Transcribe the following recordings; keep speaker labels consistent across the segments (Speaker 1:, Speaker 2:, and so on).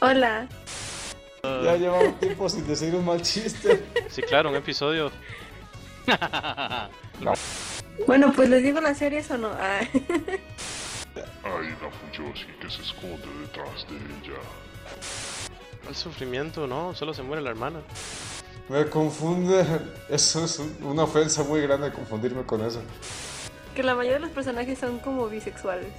Speaker 1: Hola.
Speaker 2: Ya llevamos tiempo sin decir un mal chiste.
Speaker 3: Sí, claro, un episodio.
Speaker 1: Bueno, pues les digo las series o no. Ah,
Speaker 4: Hay una Fuyoshi que se esconde detrás de ella.
Speaker 3: El sufrimiento, no, solo se muere la hermana.
Speaker 2: Me confunde. Eso es un- una ofensa muy grande confundirme con eso.
Speaker 1: que la mayoría de los personajes son como bisexuales.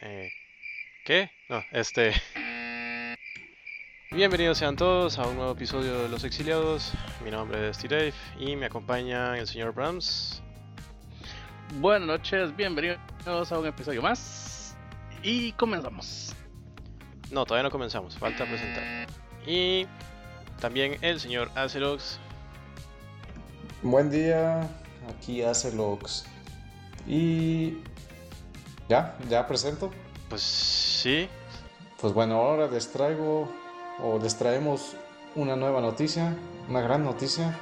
Speaker 3: Eh, ¿Qué? No, este. Bienvenidos sean todos a un nuevo episodio de Los Exiliados. Mi nombre es T-Dave y me acompaña el señor Brahms.
Speaker 5: Buenas noches, bienvenidos a un episodio más. Y comenzamos.
Speaker 3: No, todavía no comenzamos, falta presentar. Y también el señor Acerox.
Speaker 2: Buen día, aquí hace logs. Y. Ya, ya presento.
Speaker 3: Pues sí,
Speaker 2: Pues bueno, ahora les traigo o les traemos una nueva noticia, una gran noticia.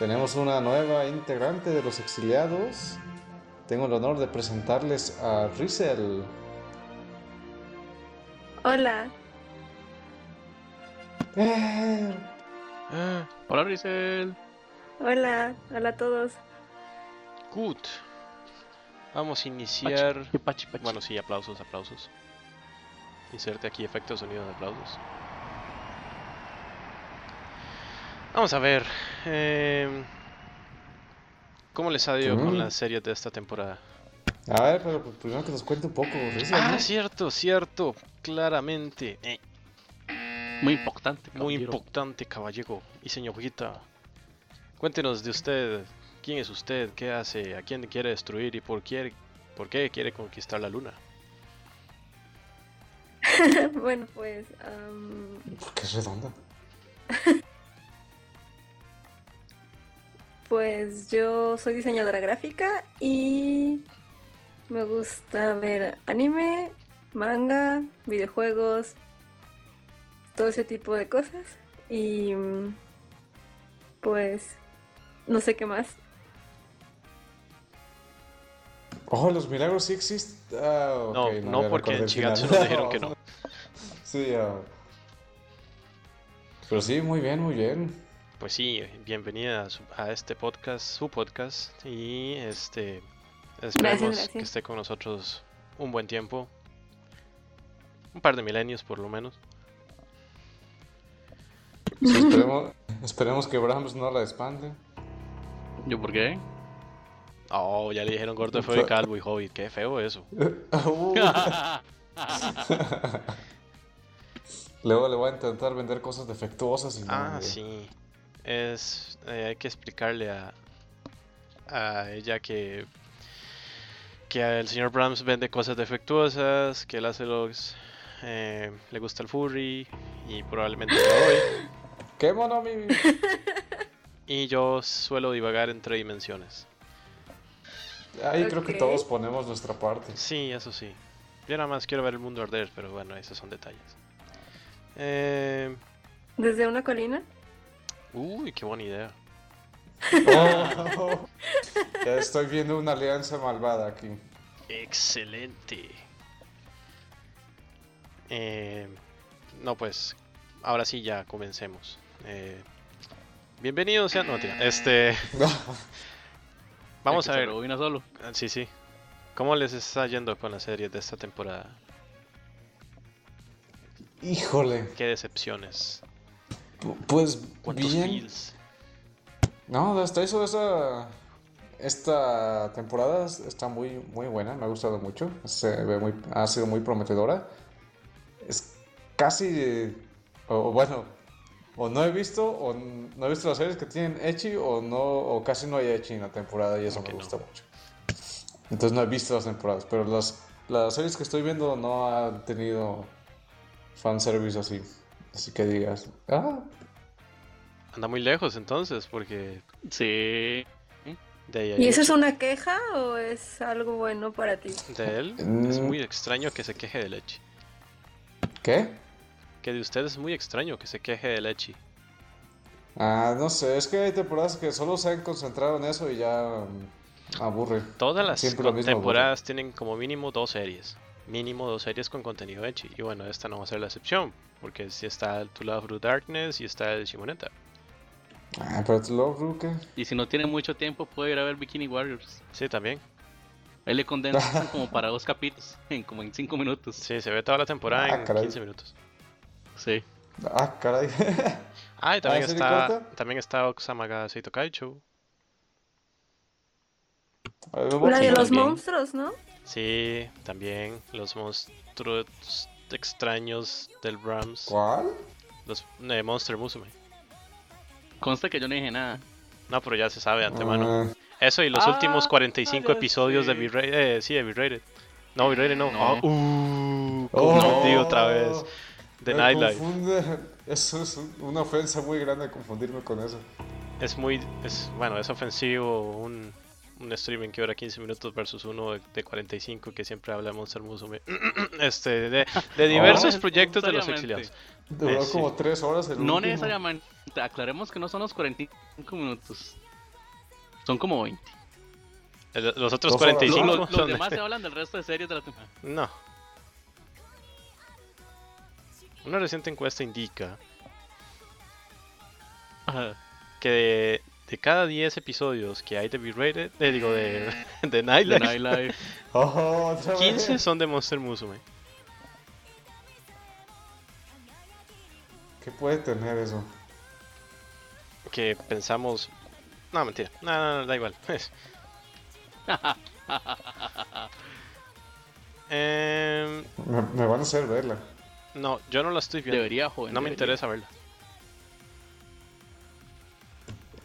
Speaker 2: Tenemos una nueva integrante de los exiliados. Tengo el honor de presentarles a Rizel.
Speaker 1: Hola.
Speaker 2: Eh,
Speaker 3: Ah,
Speaker 5: Hola, Rizel.
Speaker 1: Hola. Hola a todos.
Speaker 3: good. Vamos a iniciar.
Speaker 5: Pachi, pachi.
Speaker 3: Bueno, sí, aplausos, aplausos. Inserte aquí efectos, sonidos de aplausos. Vamos a ver. em, ¿Cómo les ha ido
Speaker 2: Mm.
Speaker 3: con las series de esta temporada?
Speaker 2: A ver, pero pues primero que nos cuente un poco, Rizel.
Speaker 3: Ah,
Speaker 2: ¿no?
Speaker 3: cierto, cierto. Claramente. eh,
Speaker 5: muy importante.
Speaker 3: muy
Speaker 5: caballero.
Speaker 3: importante, caballero y señorita. Cuéntenos de usted. ¿Quién es usted? ¿Qué hace? ¿A quién quiere destruir? ¿Y por qué, por qué quiere conquistar la luna?
Speaker 1: bueno, pues. am,
Speaker 2: Porque es redonda.
Speaker 1: pues yo soy diseñadora gráfica y. Me gusta ver anime, manga, videojuegos, todo ese tipo de cosas. Y. mm, Pues. No sé qué más.
Speaker 2: Oh, los milagros sí existen. Ah, ok,
Speaker 3: No, no,
Speaker 2: ya
Speaker 3: porque
Speaker 2: recordé
Speaker 3: en
Speaker 2: el final.
Speaker 3: Shigatsu nos dijeron que no.
Speaker 2: Sí, ah. Pero sí, muy bien, muy bien.
Speaker 3: Pues sí, bienvenida a, su- a este podcast, su podcast, y este esperemos que
Speaker 1: gracias.
Speaker 3: esté con nosotros un buen tiempo, un par de milenios por lo menos.
Speaker 2: Sí, esperemos, esperemos que Brahms no la expande.
Speaker 5: ¿Yo por qué?
Speaker 3: Oh, ya le dijeron gordo, feo y calvo y hobbit, qué feo eso.
Speaker 2: Uh, Luego le voy a intentar vender cosas defectuosas y no,
Speaker 3: Ah,
Speaker 2: hombre.
Speaker 3: sí, es eh, hay que explicarle a a ella que que el señor Brahms vende cosas defectuosas, que él hace los eh, le gusta el furry y probablemente lo hoy.
Speaker 2: ¡Qué mono, mi!
Speaker 3: Y yo suelo divagar entre dimensiones.
Speaker 2: Ahí creo que
Speaker 1: Ok.
Speaker 2: todos ponemos nuestra parte.
Speaker 3: Sí, eso sí. Yo nada más quiero ver el mundo arder, pero bueno, esos son detalles. Eh,
Speaker 1: Desde una colina.
Speaker 3: Uy, qué buena idea.
Speaker 2: Oh, ya estoy viendo una alianza malvada aquí.
Speaker 3: Excelente. Eh, no, pues, ahora sí ya comencemos. Eh, bienvenidos sean... No, mentira. Este, vamos a
Speaker 5: El que se
Speaker 3: ver.
Speaker 5: rebobina solo.
Speaker 3: Ah, Sí, sí. ¿Cómo les está yendo con las series de esta temporada?
Speaker 2: Híjole,
Speaker 3: ¿Qué decepciones?
Speaker 2: pu- pues
Speaker 3: ¿Cuántos
Speaker 2: bien.
Speaker 3: feels?
Speaker 2: No, hasta eso, esa, esta temporada es- está muy, muy buena, me ha gustado mucho, se ve muy, ha sido muy prometedora. Es casi, eh, o o bueno, o no he visto, o n- no he visto las series que tienen Echi, o no, o casi no hay Echi en la temporada, y eso
Speaker 3: Ok,
Speaker 2: me
Speaker 3: no.
Speaker 2: gusta mucho. Entonces no he visto las temporadas, pero las, las series que estoy viendo no han tenido fanservice así. Así que digas, ah,
Speaker 3: Anda muy lejos entonces, porque
Speaker 5: Sí.
Speaker 3: De, ahí hay
Speaker 1: ¿Y eso es
Speaker 3: mucho-
Speaker 1: una queja o es algo bueno para ti?
Speaker 3: de él. Es
Speaker 2: Mm.
Speaker 3: muy extraño que se queje de leche.
Speaker 2: ¿Qué?
Speaker 3: Que de usted es muy extraño que se queje de leche.
Speaker 2: Ah, no sé, es que hay temporadas que solo se han concentrado en eso y ya mm, aburre.
Speaker 3: Todas las
Speaker 2: Siempre lo mismo,
Speaker 3: temporadas tienen como mínimo dos series. Mínimo dos series con contenido ecchi. Y bueno, esta no va a ser la excepción. Porque si está el To Love Through Darkness y está el Shimoneta.
Speaker 2: Ah, pero te lo creo que.
Speaker 5: Y si no tiene mucho tiempo, puede ir a ver Bikini Warriors.
Speaker 3: Sí, también.
Speaker 5: Ahí le condensan como para dos capítulos, en, como en cinco minutos.
Speaker 3: Sí, se ve toda la temporada
Speaker 2: Ah,
Speaker 3: en
Speaker 2: caray.
Speaker 3: 15 minutos.
Speaker 5: Sí.
Speaker 2: Ah, caray.
Speaker 3: Ah, y también
Speaker 2: ¿serie
Speaker 3: está,
Speaker 2: corta?
Speaker 3: también está Okusamaga Seito Kaicho.
Speaker 2: A ver,
Speaker 1: La de los
Speaker 2: vamos.
Speaker 3: también.
Speaker 1: monstruos, ¿no?
Speaker 3: Sí, también los monstruos extraños del Brahms.
Speaker 2: ¿Cuál?
Speaker 3: Los eh, Monster Musume.
Speaker 5: Consta que yo no dije nada.
Speaker 3: No, pero ya se sabe de
Speaker 2: Ah,
Speaker 3: antemano. Eso y los
Speaker 5: Ah,
Speaker 3: últimos 45
Speaker 5: ya
Speaker 3: episodios de
Speaker 5: sé.
Speaker 3: B-Rated. eh, sí, de B-Rated. No, B-Rated no.
Speaker 5: No.
Speaker 3: Ah, uh,
Speaker 2: Oh.
Speaker 3: confundí otra vez. The
Speaker 2: me
Speaker 3: Nightlife.
Speaker 2: confunde. Eso es un- una ofensa muy grande confundirme con eso.
Speaker 3: Es muy. Es, bueno, es ofensivo un, un streaming que dura 15 minutos versus uno de, de 45 que siempre habla Monster Musume. este, de, de diversos
Speaker 5: No
Speaker 3: proyectos de los
Speaker 5: necesariamente.
Speaker 3: exiliados.
Speaker 2: Duró
Speaker 3: Eh, sí.
Speaker 2: como tres horas el
Speaker 5: No
Speaker 2: último.
Speaker 5: necesariamente. Aclaremos que no son los 45 minutos. Son como 20.
Speaker 3: El- los otros
Speaker 2: Dos horas.
Speaker 5: Lo-
Speaker 3: 45
Speaker 5: lo- los
Speaker 3: son de-
Speaker 5: demás se hablan del resto de series de la temporada.
Speaker 3: No. Una reciente encuesta indica
Speaker 5: Ajá.
Speaker 3: que de, de cada 10 episodios que hay de B-Rated, eh, digo de, de Nightlife,
Speaker 5: Mm. De Nightlife.
Speaker 2: Oh, otra vez.
Speaker 3: 15 son de Monster Musume.
Speaker 2: ¿Qué puede tener eso?
Speaker 3: Que pensamos. No, mentira. No, no, no, da igual. Em,
Speaker 2: Me, me van a hacer verla.
Speaker 3: no, yo no la estoy viendo.
Speaker 5: Debería, joven.
Speaker 3: no me
Speaker 5: debería.
Speaker 3: interesa verla.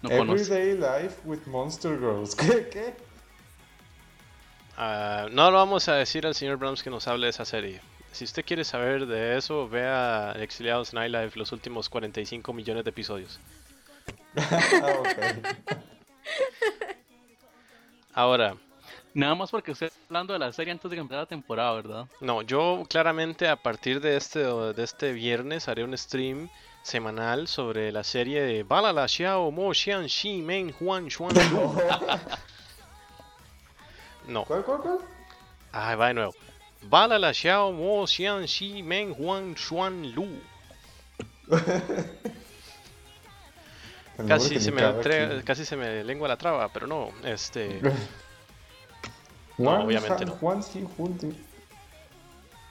Speaker 5: No conoce.
Speaker 2: Everyday Life with Monster Girls. ¿Qué? ¿Qué?
Speaker 3: Ah, no lo vamos a decir al señor Brahms que nos hable de esa serie. Si usted quiere saber de eso, vea Exiliados Nightlife los últimos 45 millones de episodios.
Speaker 2: Ah, ok.
Speaker 3: Ahora,
Speaker 5: Nada más porque estoy hablando de la serie antes de que empezara la temporada, ¿verdad?
Speaker 3: no, yo claramente a partir de este, de este viernes haré un stream semanal sobre la serie de Balala Xiao Mo Xian Shi Men Juan Xuan Lu. No,
Speaker 2: ¿Cuál, cuál, cuál?
Speaker 3: ah, va de nuevo. Balala Xiao Mo Xian Shi Men Juan Xuan Lu.
Speaker 2: El nombre
Speaker 3: Casi
Speaker 2: que
Speaker 3: se,
Speaker 2: ni
Speaker 3: me
Speaker 2: cabe
Speaker 3: tre-
Speaker 2: aquí.
Speaker 3: casi se me lengua la traba, pero no, este,
Speaker 2: Juan, Juan,
Speaker 3: obviamente no.
Speaker 2: Juan, sí, Junti.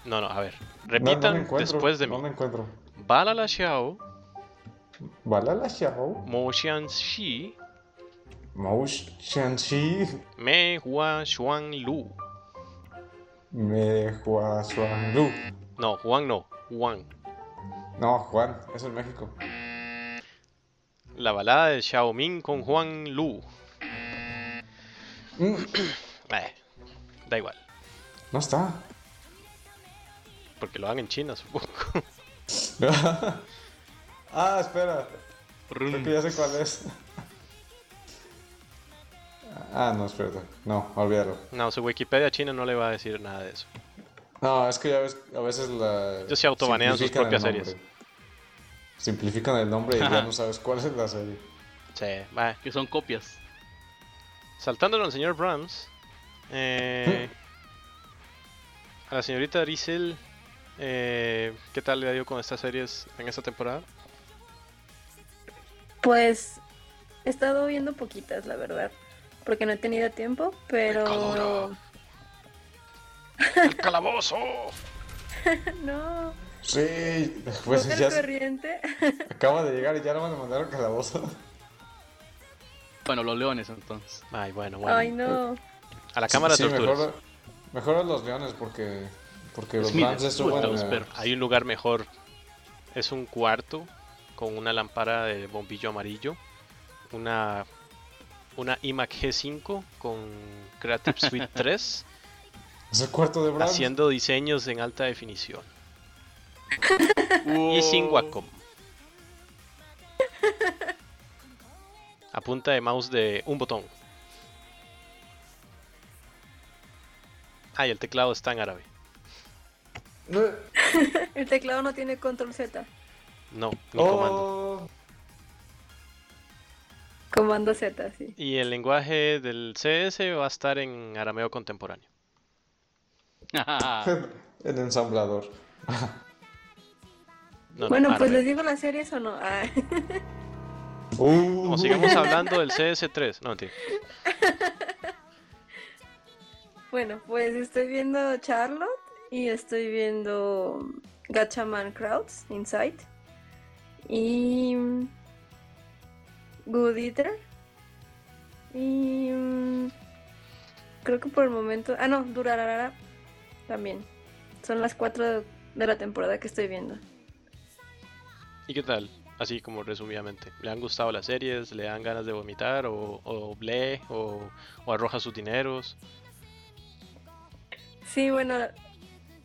Speaker 3: no, no, a ver,
Speaker 2: No, no me
Speaker 3: repitan
Speaker 2: encuentro,
Speaker 3: después de
Speaker 2: No
Speaker 3: mí.
Speaker 2: me encuentro.
Speaker 3: Balala Xiao,
Speaker 2: Balala Xiao.
Speaker 3: Mo Xian Shi,
Speaker 2: Moush Shanxi.
Speaker 3: Me Hua Xuan Lu.
Speaker 2: Me Hua Xuan Lu.
Speaker 3: No, Juan no, Juan.
Speaker 2: No, Juan, es en México.
Speaker 3: La balada de Xiaoming con Juan Lu.
Speaker 2: Mm,
Speaker 3: Eh, da igual,
Speaker 2: no está.
Speaker 3: porque lo hagan en China, supongo.
Speaker 2: ah, espera. Creo que ya sé cuál es. Ah, no, espérate. No, olvídalo.
Speaker 3: No, su Wikipedia china no le va a decir nada de eso.
Speaker 2: No, es que ya ves, a veces la.
Speaker 3: Ellos se autobanean sus
Speaker 2: simplifican el
Speaker 3: propias
Speaker 2: nombre. Simplifican el nombre y ya no sabes cuál es la serie.
Speaker 3: Sí, eh. va.
Speaker 5: Que son copias.
Speaker 3: Saltándolo al señor Brahms, eh, a la señorita Riesel, eh, ¿qué tal le ha ido con estas series en esta temporada?
Speaker 1: Pues he estado viendo poquitas, la verdad, porque no he tenido tiempo, pero
Speaker 3: calor. ¡El calabozo!
Speaker 1: no,
Speaker 2: Sí, pues
Speaker 1: pues al
Speaker 2: ya se-
Speaker 1: corriente.
Speaker 2: acaba de llegar y ya lo van a mandar al calabozo.
Speaker 5: Bueno, los leones entonces.
Speaker 3: Ay, bueno, bueno.
Speaker 1: Ay, no.
Speaker 3: A la cámara
Speaker 2: sí,
Speaker 3: de torturas.
Speaker 2: mejor, mejor a los leones porque, porque los
Speaker 5: mi
Speaker 2: Rams
Speaker 5: deseo,
Speaker 2: estuvo en,
Speaker 5: los
Speaker 2: eh,
Speaker 5: perros.
Speaker 3: Hay un lugar mejor. Es un cuarto con una lámpara de bombillo amarillo, una una iMac G5 con Creative Suite 3
Speaker 2: es el cuarto de Rams.
Speaker 3: haciendo diseños en alta definición
Speaker 5: Wow.
Speaker 3: y sin Wacom. A punta de mouse de un botón. Ah, y el teclado está en árabe.
Speaker 2: No.
Speaker 3: pues.
Speaker 1: El teclado no tiene control Z,
Speaker 3: No, ni comando.
Speaker 2: Oh.
Speaker 1: comando Z, sí.
Speaker 3: Y el lenguaje del CS va a estar en arameo contemporáneo.
Speaker 2: El ensamblador.
Speaker 3: No, no,
Speaker 1: bueno, pues
Speaker 3: árabe.
Speaker 1: les digo las series o no. Ah,
Speaker 2: Uh,
Speaker 3: Como sigamos hablando del CS3. No, mentira.
Speaker 1: bueno, pues estoy viendo Charlotte y estoy viendo Gatchaman Crowds, Inside. Y. mm, Good Eater. Y. mm, Creo que por el momento. Ah, no, Durarara. También. Son las cuatro de la temporada que estoy viendo.
Speaker 3: ¿Y qué tal? Así como resumidamente. ¿Le han gustado las series? ¿Le dan ganas de vomitar? ¿O, o lee? O, o arroja sus dineros?
Speaker 1: Sí, bueno,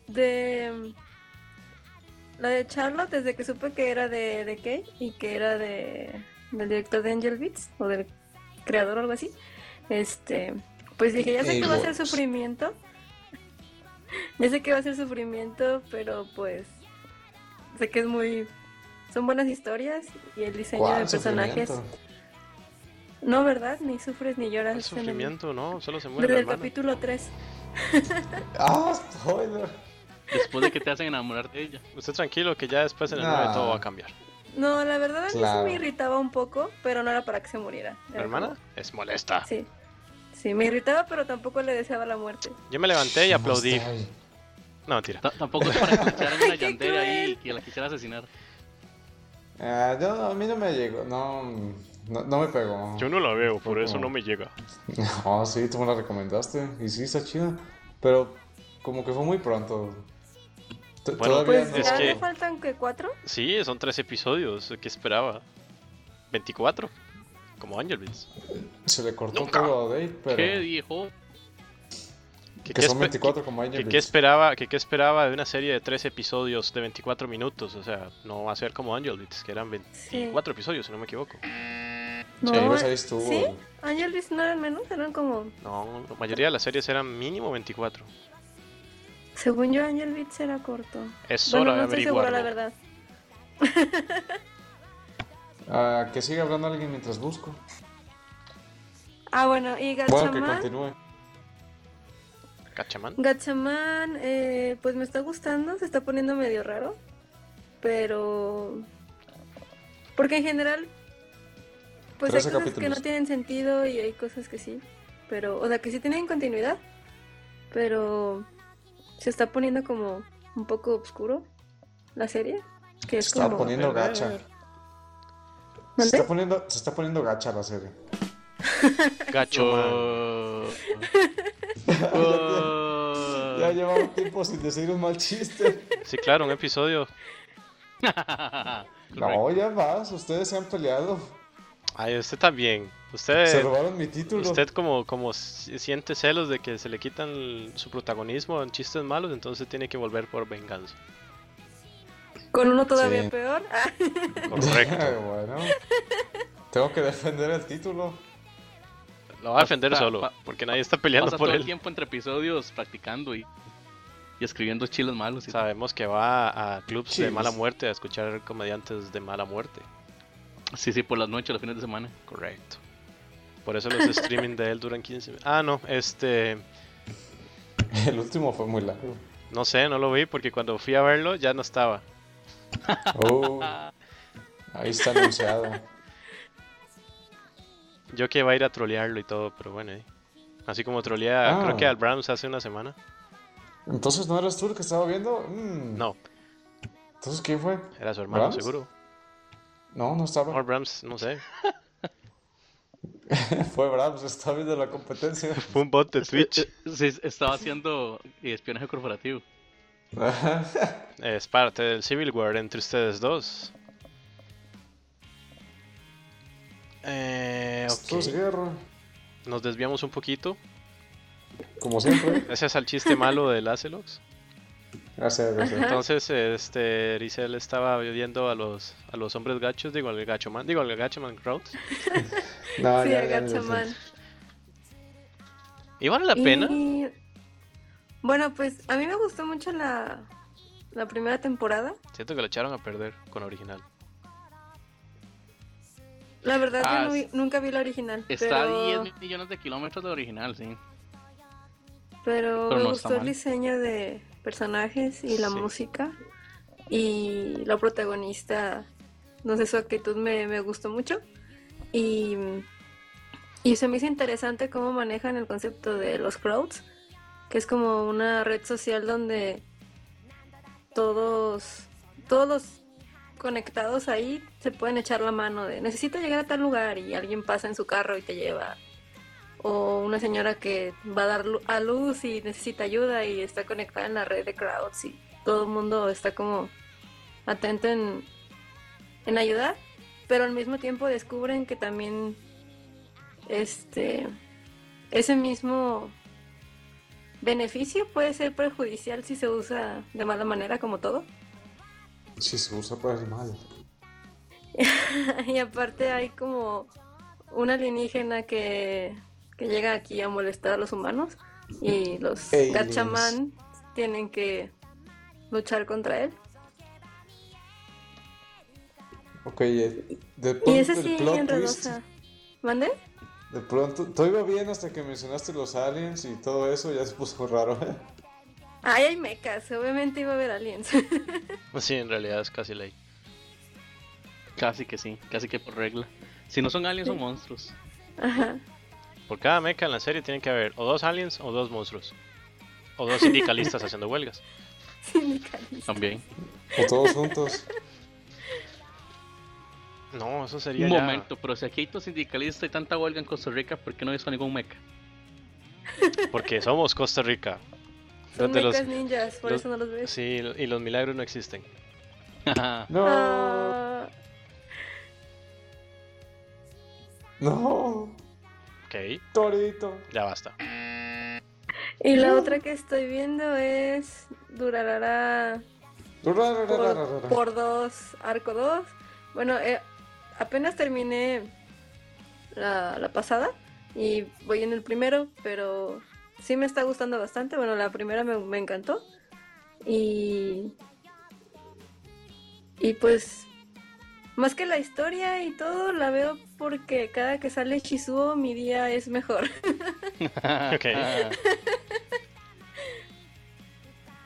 Speaker 1: de mm, la de Charlotte, desde que supe que era de, de Kay y que era de del director de Angel Beats o del creador o algo así, este, pues dije, ya sé que va a ser
Speaker 2: Kay Watts.
Speaker 1: sufrimiento, ya sé que va a ser sufrimiento, pero pues sé que es muy, son buenas historias y el diseño de
Speaker 2: ¿Cuál
Speaker 1: personajes,
Speaker 2: sufrimiento?
Speaker 1: no, ¿verdad? Ni sufres ni lloras.
Speaker 3: ¿El
Speaker 1: en el-
Speaker 3: sufrimiento? No, solo se muere
Speaker 1: Desde
Speaker 3: la
Speaker 1: el
Speaker 3: hermana.
Speaker 1: capítulo 3.
Speaker 2: Ah, spoiler.
Speaker 5: Después de que te hacen enamorar de ella.
Speaker 3: Usted tranquilo que ya después en el
Speaker 2: No.
Speaker 3: 9 todo va a cambiar.
Speaker 1: No, la verdad a mí sí
Speaker 2: Claro.
Speaker 1: me irritaba un poco, pero no era para que se muriera.
Speaker 3: ¿La
Speaker 1: Era
Speaker 3: hermana? Es molesta.
Speaker 1: como- Sí. Sí, me irritaba, pero tampoco le deseaba la muerte.
Speaker 3: Yo me levanté y aplaudí.
Speaker 2: Está ahí.
Speaker 3: No, mentira.
Speaker 5: Ta- Tampoco es para que le echaran
Speaker 1: Qué
Speaker 5: una llantera ahí y
Speaker 1: cruel.
Speaker 5: que la quisiera asesinar.
Speaker 2: Ah, yo- a mí no me llegó. No, no, no me pegó.
Speaker 3: Yo no la veo, por
Speaker 2: Fue
Speaker 3: eso
Speaker 2: como-
Speaker 3: no me llega.
Speaker 2: No, sí, tú me la recomendaste. Y sí, está chida. Pero como que fue muy pronto. T-
Speaker 3: Bueno,
Speaker 2: Todavía
Speaker 1: Pues
Speaker 2: no.
Speaker 3: es
Speaker 1: ya
Speaker 3: que-
Speaker 1: le faltan que cuatro.
Speaker 3: Sí, son tres episodios. ¿Qué esperaba? 24. Como Angel Beats.
Speaker 2: Se le cortó
Speaker 3: Nunca.
Speaker 2: todo a Dave,
Speaker 5: ¿Qué
Speaker 2: pero.
Speaker 5: dijo?
Speaker 3: ¿Qué-
Speaker 2: Que
Speaker 3: qué
Speaker 2: son
Speaker 3: espe-
Speaker 2: 24 como
Speaker 3: ¿Qué,
Speaker 2: Angel
Speaker 3: qué
Speaker 2: Beats.
Speaker 3: esperaba, que, qué esperaba de una serie de tres episodios de 24 minutos? O sea, no va a ser como Angel Beats, que eran 24 episodios, si no me equivoco.
Speaker 1: No,
Speaker 3: Sí,
Speaker 2: pues ahí estuvo.
Speaker 1: ¿Sí? Angel Beats no eran menos, eran como...
Speaker 3: No, la mayoría de las series eran mínimo 24.
Speaker 1: Según yo, Angel Beats era corto.
Speaker 3: Es
Speaker 1: bueno,
Speaker 3: hora
Speaker 1: no
Speaker 3: de
Speaker 1: estoy segura, la
Speaker 3: averiguarlo.
Speaker 1: verdad.
Speaker 2: Ah, que siga hablando alguien mientras busco.
Speaker 1: Ah, bueno, y
Speaker 2: Bueno, que
Speaker 1: Gatchaman...
Speaker 2: continúe.
Speaker 3: ¿Cachamán?
Speaker 1: Gatchaman, eh, pues me está gustando, se está poniendo medio raro, pero... Porque en general, pues hay
Speaker 2: Trece
Speaker 1: cosas que
Speaker 2: capítulos.
Speaker 1: no tienen sentido y hay cosas que sí, pero... O sea, que sí tienen continuidad, pero se está poniendo como un poco oscuro la serie, que es
Speaker 2: Se está
Speaker 1: como...
Speaker 2: poniendo
Speaker 3: Pero,
Speaker 2: gacha.
Speaker 3: eh,
Speaker 2: Se
Speaker 1: ¿Mande?
Speaker 2: está poniendo, se está poniendo gacha la serie.
Speaker 3: Gacho,
Speaker 5: Oh.
Speaker 3: Ah.
Speaker 2: Ya lleva un tiempo sin decir un mal chiste.
Speaker 3: Sí, claro, un episodio.
Speaker 2: No, ya vas, ustedes se han peleado.
Speaker 3: Ay, usted también. Usted,
Speaker 2: Se robaron mi título.
Speaker 3: Eh, usted como, como si- siente celos de que se le quitan el- su protagonismo en chistes malos, entonces tiene que volver por venganza.
Speaker 1: Con uno todavía
Speaker 2: Sí.
Speaker 1: peor. Ah,
Speaker 2: Eh,
Speaker 3: Correcto.
Speaker 2: bueno. Tengo que defender el título.
Speaker 3: Lo va a defender
Speaker 5: Pasa-
Speaker 3: solo,
Speaker 5: pa-
Speaker 3: porque nadie está peleando
Speaker 5: Pasa todo
Speaker 3: por
Speaker 5: el
Speaker 3: él.
Speaker 5: tiempo entre episodios practicando y, y escribiendo chiles malos. Y
Speaker 3: Sabemos que va a clubs de
Speaker 2: Chiles.
Speaker 3: mala muerte a escuchar comediantes de mala muerte.
Speaker 5: Sí, sí, por las noches, los fines de semana.
Speaker 3: Correcto. Por eso los streaming de él duran 15 minutos. Ah, no, este.
Speaker 2: El último fue muy largo.
Speaker 3: No sé, no lo vi porque cuando fui a verlo ya no estaba.
Speaker 2: Oh, ahí está anunciado.
Speaker 3: Yo que iba a ir a trolearlo y todo, pero bueno, eh. Así como trolea,
Speaker 2: Ah.
Speaker 3: creo que al Browns hace una semana.
Speaker 2: Entonces, ¿no eras tú el que estaba viendo? Mm,
Speaker 3: No,
Speaker 2: Entonces, ¿quién fue?
Speaker 3: era su hermano,
Speaker 2: ¿Brahms? Oh.
Speaker 3: seguro.
Speaker 2: No, no
Speaker 3: O
Speaker 2: estaba.
Speaker 3: Brahms, no sé.
Speaker 2: fue Brahms, estaba viendo la competencia. Pues,
Speaker 3: Fue un bot de Twitch.
Speaker 5: Eh, Sí, estaba haciendo eh, espionaje corporativo.
Speaker 3: Es parte del Civil War entre ustedes dos. Eh,
Speaker 2: Esto
Speaker 3: ok.
Speaker 2: es guerra.
Speaker 3: Nos desviamos un poquito.
Speaker 2: Como siempre.
Speaker 3: Gracias al chiste malo del Acelox.
Speaker 2: Gracias, gracias.
Speaker 3: Entonces, este, Rizel estaba viendo a los, a los hombres gachos, digo, al gacho man, digo, al gacho man crowd.
Speaker 2: No,
Speaker 1: Ah, sí,
Speaker 2: ya,
Speaker 1: el
Speaker 2: ya, ya, ya.
Speaker 1: Gatchaman.
Speaker 3: ¿Y vale la pena?
Speaker 1: Y- Bueno, pues a mí me gustó mucho la, la primera temporada.
Speaker 3: Siento que lo echaron a perder con la original.
Speaker 1: La verdad,
Speaker 5: Ah,
Speaker 1: yo no vi-
Speaker 5: es-
Speaker 1: nunca vi la original.
Speaker 5: Está
Speaker 1: pero,
Speaker 5: a 10 millones de kilómetros del original, sí.
Speaker 1: pero me
Speaker 5: pero no está
Speaker 1: gustó el
Speaker 5: mal.
Speaker 1: diseño de personajes y la
Speaker 3: Sí.
Speaker 1: música. Y la protagonista, no sé, su actitud me, me gustó mucho. Y, y se me hizo interesante cómo manejan el concepto de los crowds, que es como una red social donde todos, todos los conectados ahí se pueden echar la mano de necesito llegar a tal lugar y alguien pasa en su carro y te lleva. O una señora que va a dar lu- a luz y necesita ayuda y está conectada en la red de crowds y todo el mundo está como atento en, en ayudar, pero al mismo tiempo descubren que también este ese mismo beneficio puede ser perjudicial si se usa de mala manera como todo.
Speaker 4: Si se usa para el mal.
Speaker 1: y aparte hay como una alienígena que, que llega aquí a molestar a los humanos y los
Speaker 4: Aliens.
Speaker 1: gachaman tienen que luchar contra él.
Speaker 4: Ok, eh, de pronto
Speaker 1: Y ese
Speaker 4: el
Speaker 1: sí
Speaker 4: plot
Speaker 1: enredosa.
Speaker 4: twist,
Speaker 1: ¿Mande?
Speaker 4: De pronto, todo iba bien hasta que mencionaste los aliens y todo eso, ya se puso raro. ¿eh?
Speaker 1: Ay, hay mecas, obviamente iba a haber aliens.
Speaker 3: Sí, en realidad es casi ley.
Speaker 5: Casi que sí, casi que por regla. Si no son aliens, son
Speaker 1: Sí.
Speaker 5: monstruos.
Speaker 1: Ajá.
Speaker 3: Por cada mecha en la serie tienen que haber o dos aliens o dos monstruos. O dos sindicalistas haciendo huelgas.
Speaker 1: Sindicalista.
Speaker 5: También.
Speaker 4: O todos juntos.
Speaker 3: No, eso sería
Speaker 5: Un
Speaker 3: ya-
Speaker 5: momento, pero si aquí hay tantos sindicalistas y tanta huelga en Costa Rica, ¿por qué no hizo ningún meca?
Speaker 3: Porque somos Costa Rica.
Speaker 1: Son
Speaker 3: Fíjate, los-
Speaker 1: mecas ninjas, por
Speaker 3: los-
Speaker 1: eso no los ves.
Speaker 3: Sí, y los milagros no existen.
Speaker 4: No,
Speaker 1: Ah,
Speaker 4: no,
Speaker 3: Ok,
Speaker 4: Torito.
Speaker 3: ya basta.
Speaker 1: y la otra que estoy viendo es Durarara por, por dos, arco 2. Bueno, eh, apenas terminé la, la pasada y voy en el primero, pero sí me está gustando bastante. Bueno, la primera me, me encantó. Y. Y pues. Más que la historia y todo, la veo porque cada que sale Shizuo, mi día es mejor.
Speaker 5: ok.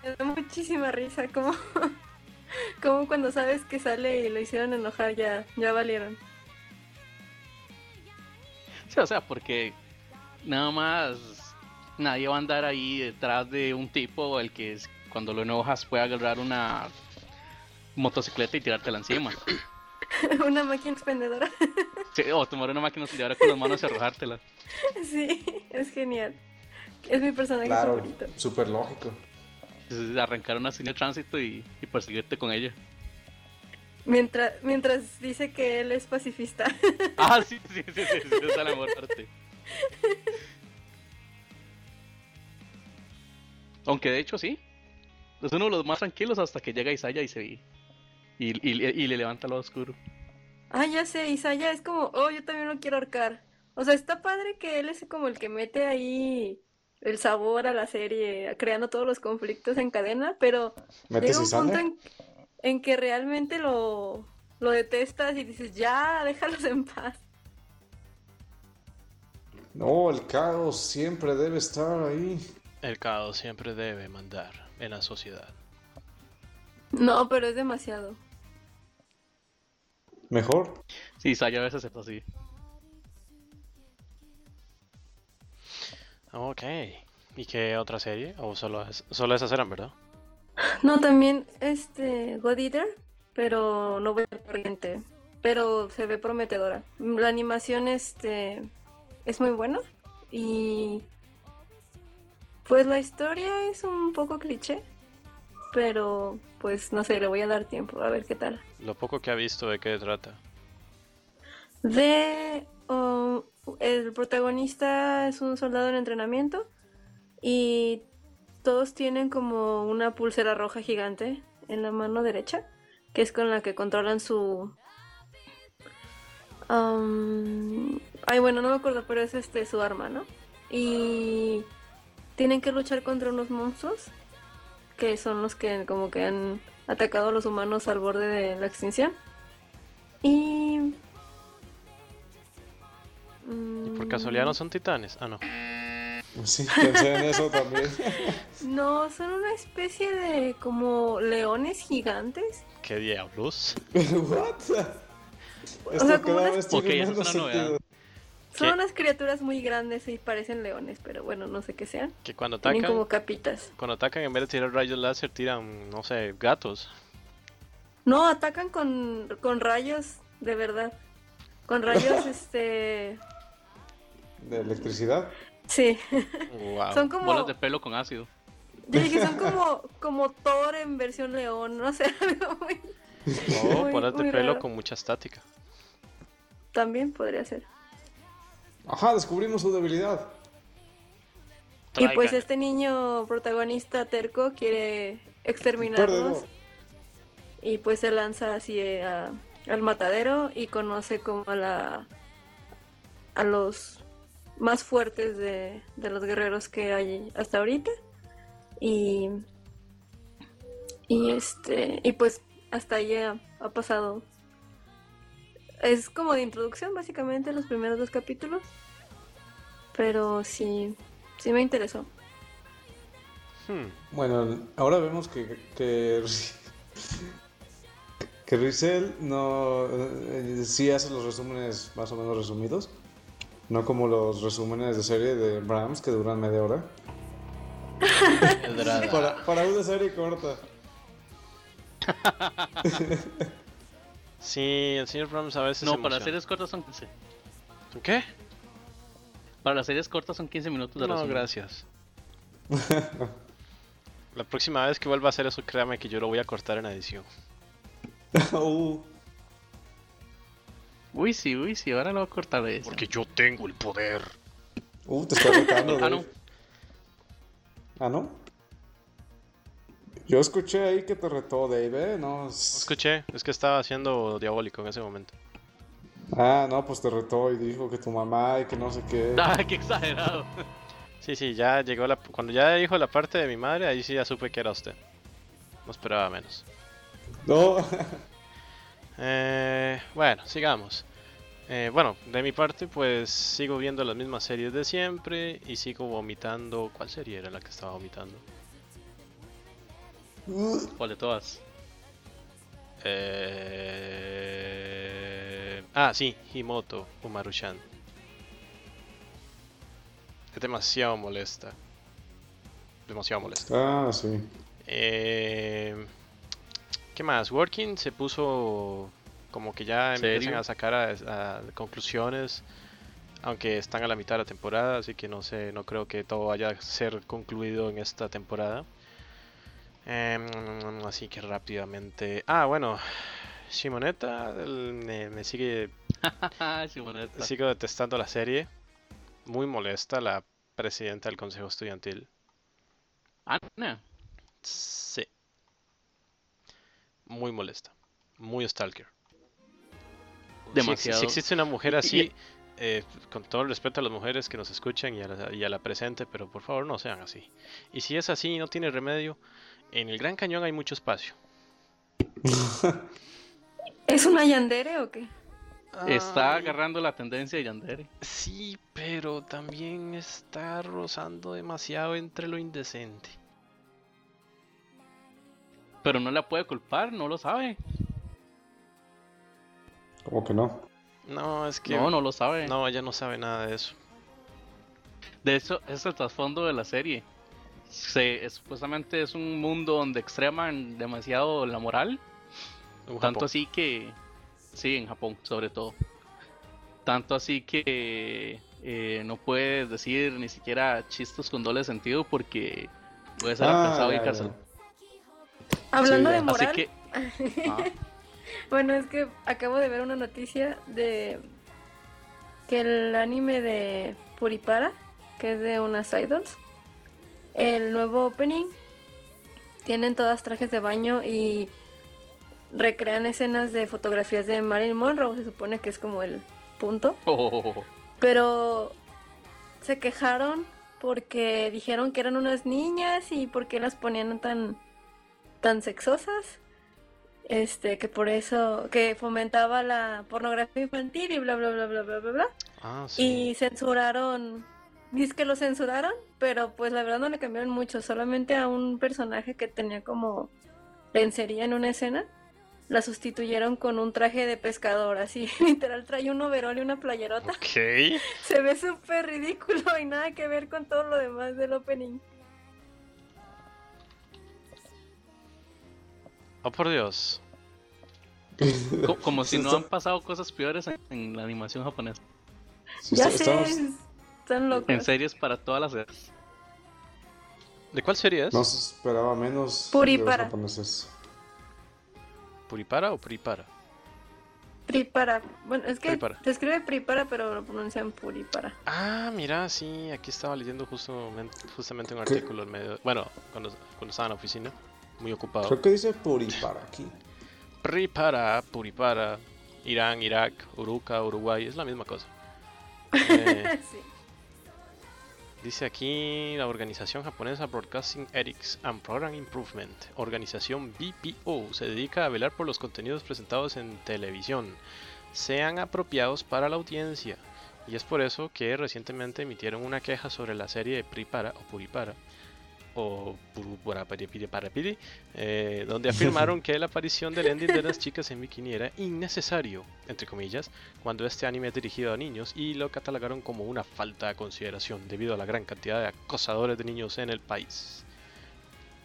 Speaker 1: Me da muchísima risa, como, como cuando sabes que sale y lo hicieron enojar, ya, ya valieron.
Speaker 5: Sí, o sea, porque nada más nadie va a andar ahí detrás de un tipo el que es- cuando lo enojas puede agarrar una motocicleta y tirártela encima.
Speaker 1: Una máquina expendedora.
Speaker 5: Sí, o tomar una máquina ahora con las manos y arrojártela.
Speaker 1: Sí, es genial. Es mi personaje
Speaker 4: Claro,
Speaker 1: favorito.
Speaker 4: súper lógico.
Speaker 5: Entonces, arrancar una señal de tránsito y, y perseguirte con ella.
Speaker 1: Mientras, mientras dice que él es pacifista.
Speaker 5: Ah, sí, sí, sí, sí, sí, sí, esa es la mejor parte. Aunque de hecho sí. Es uno de los más tranquilos hasta que llega Isaya y se y, y, y le levanta lo oscuro.
Speaker 1: Ah, ya sé, Isaya es como, oh, yo también lo quiero ahorcar. O sea, está padre que él es como el que mete ahí el sabor a la serie, creando todos los conflictos en cadena, pero
Speaker 4: ¿Metes
Speaker 1: llega un punto
Speaker 4: Isana?
Speaker 1: en, en que realmente lo, lo detestas y dices, ya, déjalos en paz.
Speaker 4: No, el caos siempre debe estar ahí.
Speaker 3: El caos siempre debe mandar en la sociedad.
Speaker 1: No, pero es demasiado.
Speaker 4: Mejor.
Speaker 5: Sí, Isaya a veces es así.
Speaker 3: Ok. ¿Y qué otra serie? ¿O solo, es- solo esas eran, verdad?
Speaker 1: No, también este God Eater, pero no voy al corriente. Pero se ve prometedora. La animación este es muy buena y pues la historia es un poco cliché, pero pues no sé, le voy a dar tiempo a ver qué tal.
Speaker 3: Lo poco que ha visto de qué trata.
Speaker 1: De um, el protagonista es un soldado en entrenamiento y todos tienen como una pulsera roja gigante en la mano derecha, que es con la que controlan su um, ay bueno no me acuerdo, pero es este su arma, ¿no? Y tienen que luchar contra unos monstruos que son los que como que han atacado a los humanos al borde de la extinción. Y...
Speaker 3: ¿Y
Speaker 1: Mm.
Speaker 3: por casualidad no son titanes? Ah, no.
Speaker 4: Pues Sí, pensé en eso también.
Speaker 1: No, son una especie de como leones gigantes.
Speaker 3: ¿Qué diablos?
Speaker 4: What?
Speaker 1: O
Speaker 4: Esto
Speaker 1: sea, como
Speaker 4: cada
Speaker 1: una-
Speaker 4: vez
Speaker 5: Ok,
Speaker 4: tiene
Speaker 5: eso es
Speaker 4: menos
Speaker 5: una novedad.
Speaker 4: sentido.
Speaker 1: Son
Speaker 3: ¿Qué?
Speaker 1: unas criaturas muy grandes y parecen leones, pero bueno, no sé qué sean.
Speaker 3: Que cuando
Speaker 1: Tienen
Speaker 3: atacan,
Speaker 1: como capitas.
Speaker 3: cuando atacan en vez de tirar rayos láser tiran, no sé, gatos.
Speaker 1: No, atacan con, con rayos, de verdad. Con rayos, este...
Speaker 4: De electricidad.
Speaker 1: Sí,
Speaker 3: Wow.
Speaker 1: son como...
Speaker 5: Bolas de pelo con ácido.
Speaker 1: Yo dije, son como, como Thor en versión león, no sé, algo muy...
Speaker 3: Oh,
Speaker 1: muy-
Speaker 3: bolas de
Speaker 1: muy
Speaker 3: pelo
Speaker 1: raro.
Speaker 3: con mucha estática.
Speaker 1: También podría ser.
Speaker 4: Ajá, descubrimos su debilidad.
Speaker 1: Y pues
Speaker 3: Traigan.
Speaker 1: este niño protagonista terco quiere exterminarlos
Speaker 4: Perdedor.
Speaker 1: y pues se lanza así eh, a- al matadero y conoce como a la a los más fuertes de, de los guerreros que hay hasta ahorita y y este y pues hasta ahí ha, ha pasado es como de introducción básicamente los primeros dos capítulos pero sí sí me interesó
Speaker 3: Hmm.
Speaker 4: Bueno, ahora vemos que que, que Rizel no eh, sí hace los resúmenes más o menos resumidos, no como los resúmenes de serie de Brahms que duran media hora.
Speaker 3: Pedrada.
Speaker 4: Para, para una serie corta.
Speaker 3: Sí, el señor Brahms a veces. se
Speaker 5: No, para
Speaker 3: emociona.
Speaker 5: series cortas son 15.
Speaker 3: ¿Qué?
Speaker 5: Para las series cortas son 15 minutos de
Speaker 3: No,
Speaker 5: resumen.
Speaker 3: gracias. La próxima vez que vuelva a hacer eso, créame que yo lo voy a cortar en edición.
Speaker 4: Uh,
Speaker 5: Uy, sí, uy, sí, ahora lo voy a cortar de eso.
Speaker 6: Porque yo tengo el poder.
Speaker 4: uh, te está retando.
Speaker 5: Ah, no.
Speaker 4: Dave. Ah, no. Yo escuché ahí que te retó Dave, ¿eh? No.
Speaker 3: No
Speaker 4: s-
Speaker 3: escuché, es que estaba haciendo diabólico en ese momento.
Speaker 4: Ah, no, pues te retó y dijo que tu mamá y que no sé qué.
Speaker 5: Ah, qué exagerado.
Speaker 3: Sí, sí, ya llegó la. Cuando ya dijo la parte de mi madre, ahí sí ya supe que era usted. No esperaba menos.
Speaker 4: No.
Speaker 3: Eh, bueno, sigamos. Eh, bueno, de mi parte, pues sigo viendo las mismas series de siempre y sigo vomitando. ¿Cuál serie era la que estaba vomitando?
Speaker 5: ¿Cuál de todas?
Speaker 3: Eh... Ah, sí, Himoto Umaru-chan. Es demasiado molesta. Demasiado molesta.
Speaker 4: Ah, sí.
Speaker 3: Eh, ¿Qué más? Working se puso como que ya empiezan
Speaker 5: ¿Serio?
Speaker 3: a sacar a, a conclusiones, aunque están a la mitad de la temporada, así que no sé, no creo que todo vaya a ser concluido en esta temporada. Em, así que rápidamente. Ah, bueno, Shimoneta el- me- me sigue
Speaker 5: Simoneta.
Speaker 3: Sigo detestando la serie. Muy molesta la presidenta del consejo estudiantil.
Speaker 5: Ana.
Speaker 3: Sí. Muy molesta. Muy stalker. Si ex- Si,
Speaker 5: Demasiado.
Speaker 3: existe una mujer
Speaker 5: Y- e-
Speaker 3: así, eh, con todo el respeto a las mujeres que nos escuchan y a, la, y a la presente, pero por favor no sean así. Y si es así y no tiene remedio, en el Gran Cañón hay mucho espacio.
Speaker 1: ¿Es una yandere o qué?
Speaker 5: Está
Speaker 3: Ay,
Speaker 5: agarrando la tendencia de Yandere.
Speaker 3: Sí, pero también está rozando demasiado entre lo indecente.
Speaker 5: Pero no la puede culpar, no lo sabe.
Speaker 4: Como que no.
Speaker 3: No, es que
Speaker 5: No, no lo sabe.
Speaker 3: No, ella no sabe nada de eso.
Speaker 5: De hecho, es el trasfondo de la serie. Se, es- supuestamente es un mundo donde extreman demasiado la moral.
Speaker 3: Un
Speaker 5: Tanto
Speaker 3: Japón.
Speaker 5: así que. Sí, en Japón, sobre todo. Tanto así que eh, no puedes decir ni siquiera chistes con doble sentido porque puedes ser
Speaker 4: Ah,
Speaker 5: alcanzado y
Speaker 4: ya, ya.
Speaker 5: cárcel.
Speaker 1: Hablando
Speaker 4: Sí,
Speaker 1: de
Speaker 4: ya.
Speaker 1: moral.
Speaker 5: Así que. Ah,
Speaker 1: Bueno, es que acabo de ver una noticia de que el anime de Puripara, que es de unas idols, el nuevo opening, tienen todas trajes de baño y recrean escenas de fotografías de Marilyn Monroe, se supone que es como el punto,
Speaker 5: oh, oh, oh, oh.
Speaker 1: pero se quejaron porque dijeron que eran unas niñas y porque las ponían tan, tan sexosas. Este, que por eso, que fomentaba la pornografía infantil y bla, bla, bla, bla, bla, bla, bla.
Speaker 3: Ah, sí.
Speaker 1: Y censuraron, dice que lo censuraron, pero pues la verdad no le cambiaron mucho, solamente a un personaje que tenía como lencería en una escena, la sustituyeron con un traje de pescador, así, literal trae un overol y una playerota.
Speaker 3: Ok.
Speaker 1: Se ve súper ridículo y nada que ver con todo lo demás del opening.
Speaker 3: Oh, por Dios.
Speaker 5: Co- como si
Speaker 4: Sí,
Speaker 5: no
Speaker 4: está-
Speaker 5: han pasado cosas peores en, en la animación japonesa.
Speaker 4: Sí,
Speaker 1: ya
Speaker 4: est-
Speaker 1: sé,
Speaker 4: estamos-
Speaker 1: están
Speaker 5: En
Speaker 1: locos.
Speaker 5: series para todas las edades.
Speaker 3: ¿De cuál serie es?
Speaker 4: No se esperaba menos de
Speaker 1: Puripara.
Speaker 4: los japoneses.
Speaker 3: ¿Puripara o Puripara?
Speaker 1: Pripara. Bueno, es que
Speaker 3: Pripara.
Speaker 1: se escribe Pripara, pero lo pronuncian Puripara.
Speaker 3: Ah, mira, sí, aquí estaba leyendo justo, justamente un
Speaker 4: ¿Qué?
Speaker 3: artículo en medio. Bueno, cuando, cuando estaba en la oficina, muy
Speaker 5: Oh.
Speaker 3: ocupado.
Speaker 4: Creo que dice Puripara aquí.
Speaker 3: Pripara, Puripara, Irán, Irak, Uruca, Uruguay, es la misma cosa. Eh,
Speaker 1: sí.
Speaker 3: dice aquí la organización japonesa Broadcasting Ethics and Program Improvement, organización BPO, se dedica a velar por los contenidos presentados en televisión, sean apropiados para la audiencia. Y es por eso que recientemente emitieron una queja sobre la serie de Pripara o Puripara o Puripara eh, donde afirmaron que la aparición del ending de las chicas en bikini era innecesario, entre comillas, cuando este anime es dirigido a niños y lo catalogaron como una falta de consideración debido a la gran cantidad de acosadores de niños en el país.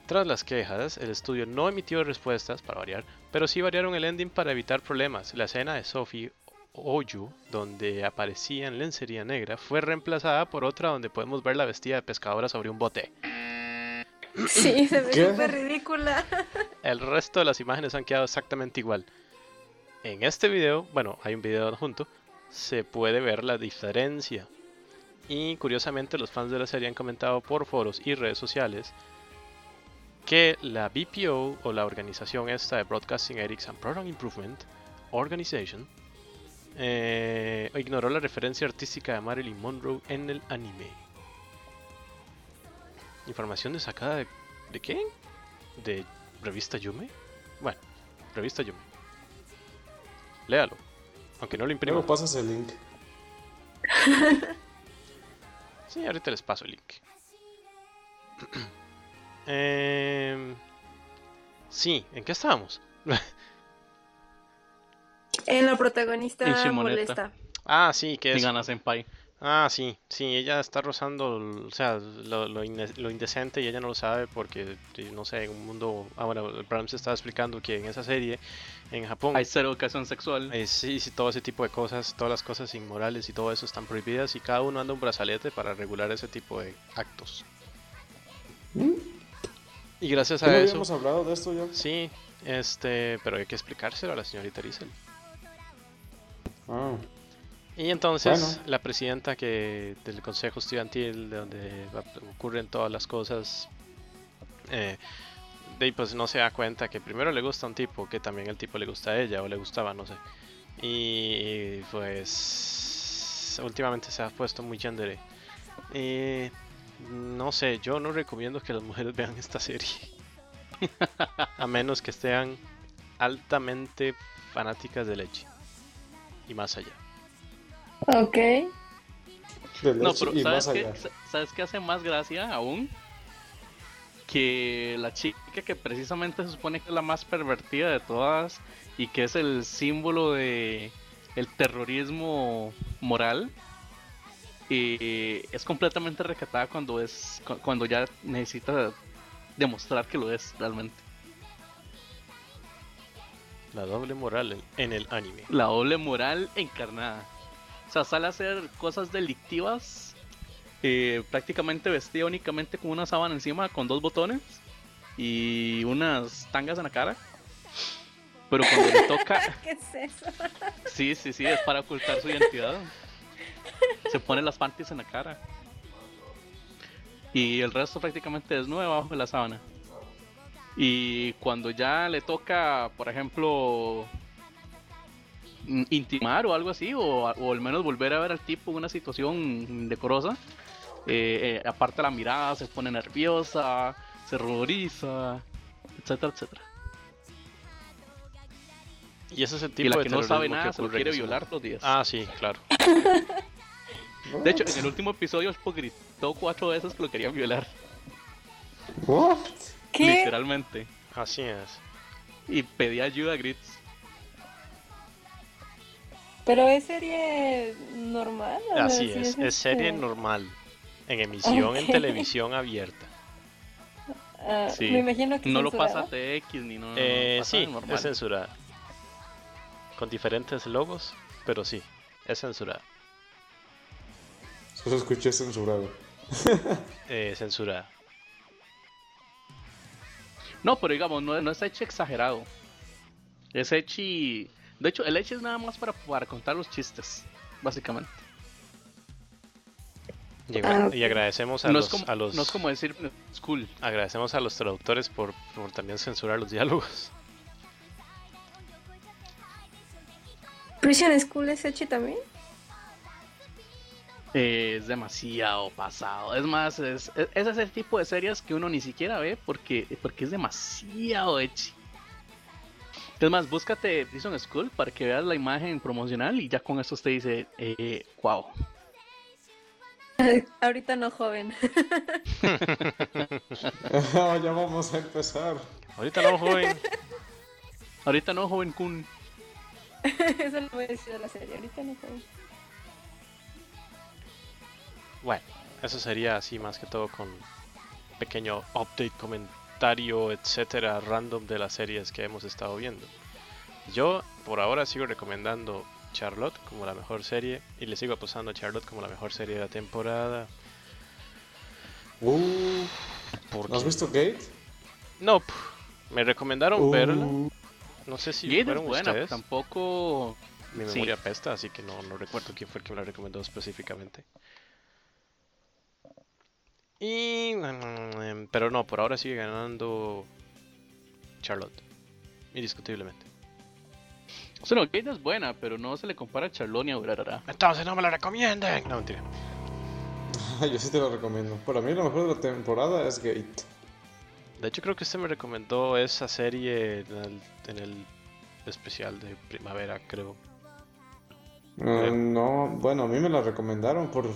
Speaker 3: Tras las quejas, el estudio no emitió respuestas, para variar, pero sí variaron el ending para evitar problemas. La escena de Sophie Oyu, donde aparecía en lencería negra, fue reemplazada por otra donde podemos ver la vestida de pescadora sobre un bote.
Speaker 1: Sí, se ve
Speaker 4: ¿Qué?
Speaker 1: súper ridícula.
Speaker 3: El resto de las imágenes han quedado exactamente igual. En este video, bueno, hay un video adjunto, se puede ver la diferencia. Y curiosamente los fans de la serie han comentado por foros y redes sociales que la BPO o la organización esta de Broadcasting Ethics and Program Improvement Organization eh, ignoró la referencia artística de Marilyn Monroe en el anime. Información de sacada de... ¿De qué? De ¿Revista Yume? Bueno, revista Yume. Léalo. Aunque no lo imprimo.
Speaker 4: Luego pasas el link.
Speaker 3: Sí, ahorita les paso el link. Em, sí, ¿en qué estábamos?
Speaker 1: En la
Speaker 5: En
Speaker 1: protagonista
Speaker 5: Simonetta.
Speaker 1: molesta.
Speaker 3: Ah, sí, que es.
Speaker 5: Digan a Senpai.
Speaker 3: Ah, sí, sí, ella está rozando, el- o sea, lo, lo ine- lo indecente y ella no lo sabe porque, eh, no sé, en un mundo. Ah, bueno, Brahms estaba explicando que en esa serie, en Japón.
Speaker 5: Hay cero educación sexual.
Speaker 3: Eh, sí, sí, todo ese tipo de cosas, todas las cosas inmorales y todo eso están prohibidas y cada uno anda un brazalete para regular ese tipo de actos.
Speaker 4: ¿Mm?
Speaker 3: Y gracias
Speaker 4: ¿No
Speaker 3: a eso,
Speaker 4: habíamos hablado de esto ya?
Speaker 3: sí, este, pero hay que explicárselo a la señorita Riesel.
Speaker 4: Ah,
Speaker 3: Y entonces
Speaker 4: Bueno.
Speaker 3: la presidenta que del consejo estudiantil, de donde va- ocurren todas las cosas, eh, de ahí, pues no se da cuenta que primero le gusta a un tipo, que también el tipo le gusta a ella o le gustaba, no sé. Y pues últimamente se ha puesto muy yandere. Eh, no sé, yo no recomiendo que las mujeres vean esta serie. a menos que sean altamente fanáticas de leche. Y más allá.
Speaker 1: Ok.
Speaker 4: de
Speaker 5: No,
Speaker 4: leche
Speaker 5: pero
Speaker 4: y más
Speaker 5: ¿sabes qué,
Speaker 4: allá.
Speaker 5: sa- ¿sabes qué hace más gracia aún? Que la chica que precisamente se supone que es la más pervertida de todas y que es el símbolo de el terrorismo moral eh, es completamente recatada cuando es cu- cuando ya necesita demostrar que lo es realmente
Speaker 3: La doble moral en, en el anime.
Speaker 5: la doble moral encarnada o sea sale a hacer cosas delictivas eh, prácticamente vestida únicamente con una sábana encima con dos botones y unas tangas en la cara pero cuando le toca
Speaker 1: ¿Qué es eso?
Speaker 5: Sí, sí, sí, es para ocultar su identidad. Se pone las panties en la cara. Y el resto prácticamente es nuevo bajo la sábana. Y cuando ya le toca, por ejemplo, in- intimar o algo así, o, o al menos volver a ver al tipo en una situación indecorosa, eh, eh, aparta la mirada, se pone nerviosa, se ruboriza, etcétera, etcétera.
Speaker 3: Y ese es el tipo
Speaker 5: Y la
Speaker 3: de
Speaker 5: que no sabe
Speaker 3: terrorismo
Speaker 5: nada se lo
Speaker 3: ocurre en
Speaker 5: quiere
Speaker 3: ese
Speaker 5: violar
Speaker 3: momento.
Speaker 5: los días.
Speaker 3: Ah, sí, claro.
Speaker 5: De hecho, en el último episodio Ospo gritó cuatro veces que lo querían violar,
Speaker 4: What?
Speaker 1: ¿Qué?
Speaker 5: literalmente.
Speaker 3: Así es.
Speaker 5: Y pedía ayuda a gritos.
Speaker 1: Pero es serie normal. o
Speaker 3: Así
Speaker 1: sea,
Speaker 3: es.
Speaker 1: sí
Speaker 3: Es serie
Speaker 1: este-
Speaker 3: normal. En emisión en
Speaker 1: Ok.
Speaker 3: televisión abierta.
Speaker 1: Ah,
Speaker 5: Sí.
Speaker 1: Me imagino que
Speaker 5: No lo pasa
Speaker 1: censurada.
Speaker 5: TX ni no. no, no,
Speaker 3: Eh,
Speaker 5: pasa
Speaker 3: sí,
Speaker 5: Mm, normal.
Speaker 3: es censurada. Con diferentes logos, pero sí, es censurada.
Speaker 4: Solo escuché censurado.
Speaker 3: Eh, censurada.
Speaker 5: No, pero digamos, no, no es hecho exagerado. Es hecho. De hecho, el hecho es nada más para, para contar los chistes, básicamente.
Speaker 1: Ah,
Speaker 3: Y, agra-
Speaker 1: ok.
Speaker 3: y agradecemos a
Speaker 5: no,
Speaker 3: los,
Speaker 5: es como,
Speaker 3: a los-
Speaker 5: no es como decir school.
Speaker 3: agradecemos a los traductores por, por también censurar los diálogos.
Speaker 1: Prison School es hecho también.
Speaker 5: Eh, es demasiado pasado. Es más, es, es, es ese tipo de series que uno ni siquiera ve porque, porque es demasiado hechi. Es más, búscate Prison School para que veas la imagen promocional y ya con eso usted dice, eh, wow.
Speaker 1: Ahorita no joven.
Speaker 4: Ah, ya vamos a empezar.
Speaker 3: Ahorita no, joven.
Speaker 5: Ahorita no, joven Kun.
Speaker 1: Eso no voy a decir de la serie. Ahorita no joven.
Speaker 3: Bueno, eso sería así más que todo con pequeño update, comentario, etcétera, random de las series que hemos estado viendo. Yo por ahora sigo recomendando Charlotte como la mejor serie y le sigo apostando a Charlotte como la mejor serie de la temporada.
Speaker 4: Uh,
Speaker 3: Porque...
Speaker 4: ¿No has visto Gate?
Speaker 3: No, p- me recomendaron
Speaker 4: Uh,
Speaker 3: verla. No sé si
Speaker 5: Jade es
Speaker 3: fueron
Speaker 5: buena,
Speaker 3: ustedes.
Speaker 5: tampoco.
Speaker 3: Mi
Speaker 5: sí.
Speaker 3: memoria apesta, así que no, no recuerdo quién fue el que me la recomendó específicamente. Y... mm, em, Pero no, por ahora sigue ganando Charlotte. Indiscutiblemente.
Speaker 5: O sea, no, Jade es buena, pero no se le compara a Charlotte ni a Urarara.
Speaker 3: Entonces no me la recomienden. No, mentira.
Speaker 4: Yo sí te lo recomiendo. Para mí lo mejor de la temporada es Gate.
Speaker 3: De hecho creo que usted me recomendó esa serie en el, en el especial de primavera, creo.
Speaker 4: Eh, no, bueno, a mí me la recomendaron por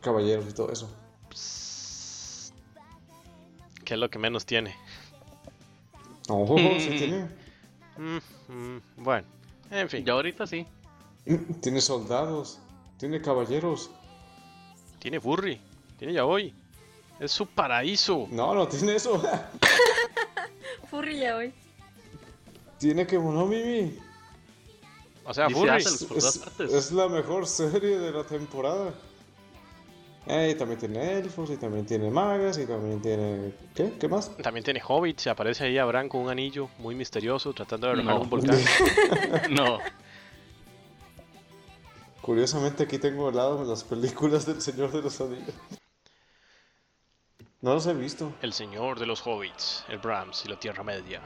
Speaker 4: caballeros y todo eso.
Speaker 3: Psst. Que es lo que menos tiene.
Speaker 4: No, Oh, sí tiene.
Speaker 3: Mm, mm, bueno, en fin.
Speaker 5: Ya ahorita sí.
Speaker 4: Mm, Tiene soldados, tiene caballeros.
Speaker 3: Tiene Furry, tiene Yaoi. Es su paraíso.
Speaker 4: No, no tiene eso.
Speaker 1: Furry ya hoy.
Speaker 4: tiene que no, Mimi.
Speaker 3: O sea,
Speaker 5: Dice
Speaker 3: Furry.
Speaker 5: Axel. Por todas
Speaker 4: Es,
Speaker 5: partes.
Speaker 4: es la mejor serie de la temporada. Eh, y también tiene elfos, y también tiene magas, y también tiene. ¿Qué? ¿Qué más?
Speaker 3: También tiene Hobbit. Se aparece ahí Abraham con un anillo muy misterioso tratando de arrojar
Speaker 5: No.
Speaker 3: un volcán.
Speaker 5: No.
Speaker 4: Curiosamente aquí tengo al lado las películas del Señor de los Anillos. No los he visto.
Speaker 3: El señor de los Hobbits, el Brahms y la Tierra Media.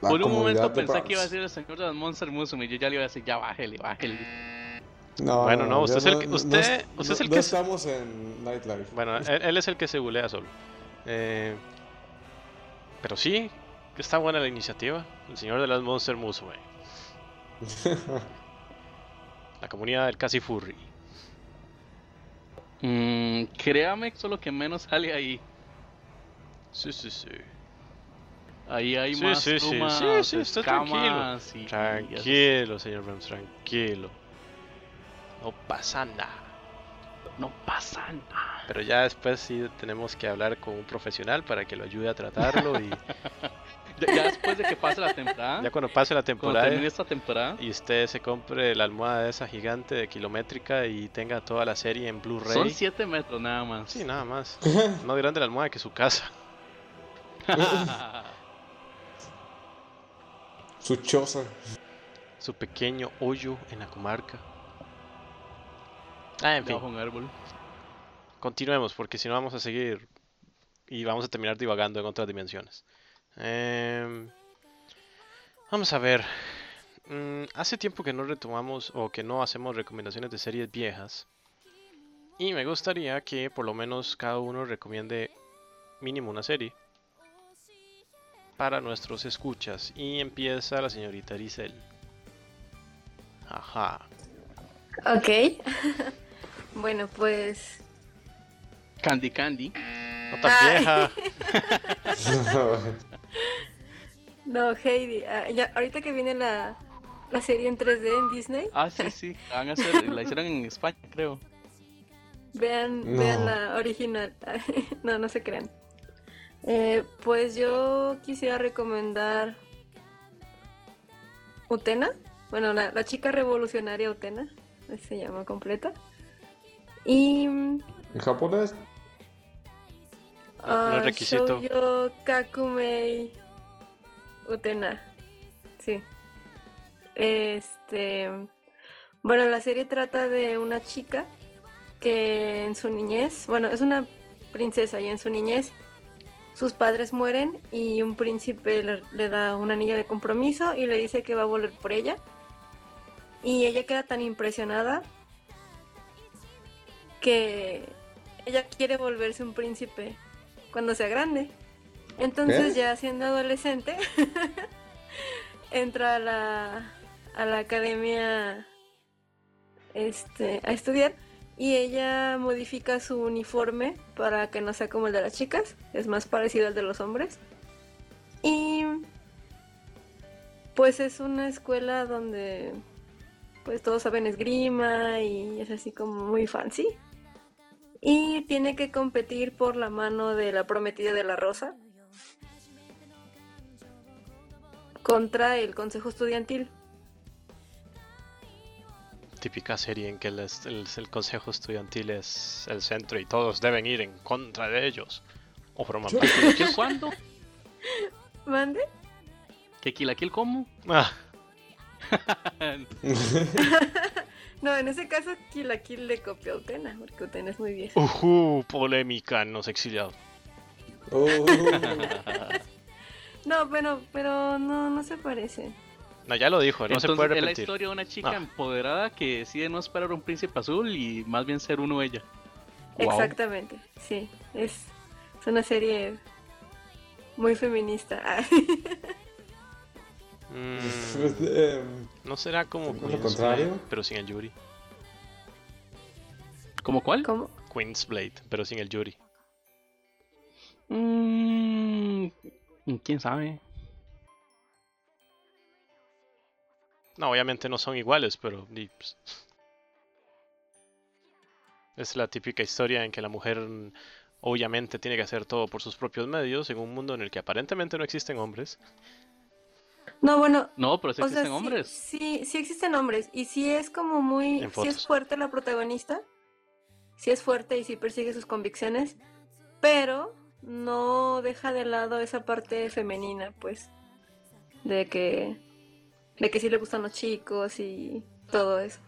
Speaker 4: La
Speaker 5: Por un
Speaker 4: comunidad
Speaker 5: momento
Speaker 4: de
Speaker 5: pensé
Speaker 4: Brahms.
Speaker 5: que iba a ser el señor de los Monster Musume. Yo ya le iba a decir, ya bájele, bájele.
Speaker 4: No,
Speaker 3: Bueno, no,
Speaker 4: ya
Speaker 3: usted es el que- usted-
Speaker 4: no-
Speaker 3: usted es el
Speaker 4: no
Speaker 3: que-
Speaker 4: estamos en Nightlife.
Speaker 3: Bueno, él, él es el que se bulea solo. Eh, pero sí, está buena la iniciativa. El señor de las Monster Musume. La comunidad del casi Furry.
Speaker 5: Mm, créame, eso es lo que menos sale ahí.
Speaker 3: Sí, sí, sí.
Speaker 5: Ahí hay
Speaker 3: Sí,
Speaker 5: más
Speaker 3: sí, sí.
Speaker 5: plumas,
Speaker 3: Sí, sí, está
Speaker 5: escamas y- y
Speaker 3: Tranquilo, señor Brahms, tranquilo. No pasa nada.
Speaker 5: eso. No pasa nada.
Speaker 3: Pero ya después sí tenemos que hablar con un profesional para que lo ayude a tratarlo y
Speaker 5: Ya, ya después de que pase la temporada,
Speaker 3: ya cuando pase la
Speaker 5: cuando
Speaker 3: temporada
Speaker 5: termine esta temporada,
Speaker 3: y usted se compre la almohada esa gigante de kilométrica y tenga toda la serie en
Speaker 5: son
Speaker 3: Blu-ray.
Speaker 5: 7 metros nada más.
Speaker 3: Sí, nada más. Más grande la almohada que su casa.
Speaker 4: Su choza.
Speaker 3: Su pequeño hoyo en la comarca. Ah, en fin,
Speaker 5: Bajo un árbol.
Speaker 3: continuemos porque si no vamos a seguir y vamos a terminar divagando en otras dimensiones. Em, vamos a ver. Mm, hace tiempo que no retomamos o que no hacemos recomendaciones de series viejas. Y me gustaría que por lo menos cada uno recomiende mínimo una serie para nuestros escuchas. Y empieza la señorita Arisel. Ajá.
Speaker 1: Ok. bueno, pues.
Speaker 5: Candy Candy.
Speaker 3: No tan
Speaker 1: Ay.
Speaker 3: vieja.
Speaker 1: No, Heidi. ah, ya, ahorita que viene la, la serie en 3D en Disney,
Speaker 5: Ah, sí, sí. la Van a hacer, la hicieron en España, creo.
Speaker 1: vean,
Speaker 4: No.
Speaker 1: vean la original. no, no se crean. Eh, pues yo quisiera recomendar. Utena. Bueno, la, la chica revolucionaria Utena. así Se llama completa. Y. mm,
Speaker 4: ¿En japonés?
Speaker 3: No es
Speaker 1: ah,
Speaker 3: requisito.
Speaker 1: Shoujo Kakumei Utena. Sí. Este. Bueno, la serie trata de una chica que en su niñez, bueno, es una princesa y en su niñez sus padres mueren y un príncipe le, le da un anillo de compromiso y le dice que va a volver por ella. Y ella queda tan impresionada que ella quiere volverse un príncipe cuando sea grande. Entonces
Speaker 4: ¿Qué?
Speaker 1: ya siendo adolescente entra a la, a la academia este, a estudiar y ella modifica su uniforme para que no sea como el de las chicas, es más parecido al de los hombres. Y pues es una escuela donde pues todos saben esgrima y es así como muy fancy. Y tiene que competir por la mano de la prometida de la rosa contra el consejo estudiantil.
Speaker 3: Típica serie en que el, es- el- el consejo estudiantil es el centro y todos deben ir en contra de ellos. O forman
Speaker 4: Yo-
Speaker 3: parte.
Speaker 5: ¿Kill Kill cuándo?
Speaker 1: ¿Mande?
Speaker 5: ¿Que Kill la Kill cómo?
Speaker 3: Ah,
Speaker 1: No, en ese caso Kill la Kill le copió a Utena, porque Utena es muy vieja.
Speaker 3: ujú, polémica, nos exiliados.
Speaker 4: Oh.
Speaker 1: No, pero, pero no, no se parece.
Speaker 3: No, ya lo dijo, no se
Speaker 5: Entonces,
Speaker 3: puede
Speaker 5: es la
Speaker 3: repetir.
Speaker 5: historia de una chica
Speaker 3: Ah.
Speaker 5: empoderada que decide no esperar a un príncipe azul y más bien ser uno ella. Wow.
Speaker 1: Exactamente, sí. Es, es una serie muy feminista. Ah,
Speaker 3: Mm,
Speaker 4: Em,
Speaker 3: no será como
Speaker 4: Lo
Speaker 3: Queensblade,
Speaker 4: contrario.
Speaker 3: pero sin el Yuri.
Speaker 5: ¿Cómo cuál?
Speaker 1: ¿Cómo?
Speaker 3: Queensblade, pero sin el Yuri.
Speaker 5: Mm, ¿Quién sabe?
Speaker 3: No, obviamente no son iguales, pero di, pues, es la típica historia en que la mujer mm, obviamente tiene que hacer todo por sus propios medios en un mundo en el que aparentemente no existen hombres.
Speaker 1: No, bueno,
Speaker 5: No, pero sí
Speaker 1: o sea,
Speaker 5: existen
Speaker 1: sí-
Speaker 5: hombres.
Speaker 1: Sí, sí, existen hombres. Y sí es como muy. Sí
Speaker 3: En fotos.
Speaker 1: es fuerte la protagonista. Sí es fuerte y sí persigue sus convicciones. Pero no deja de lado esa parte femenina, pues. De que. De que sí le gustan los chicos y todo eso.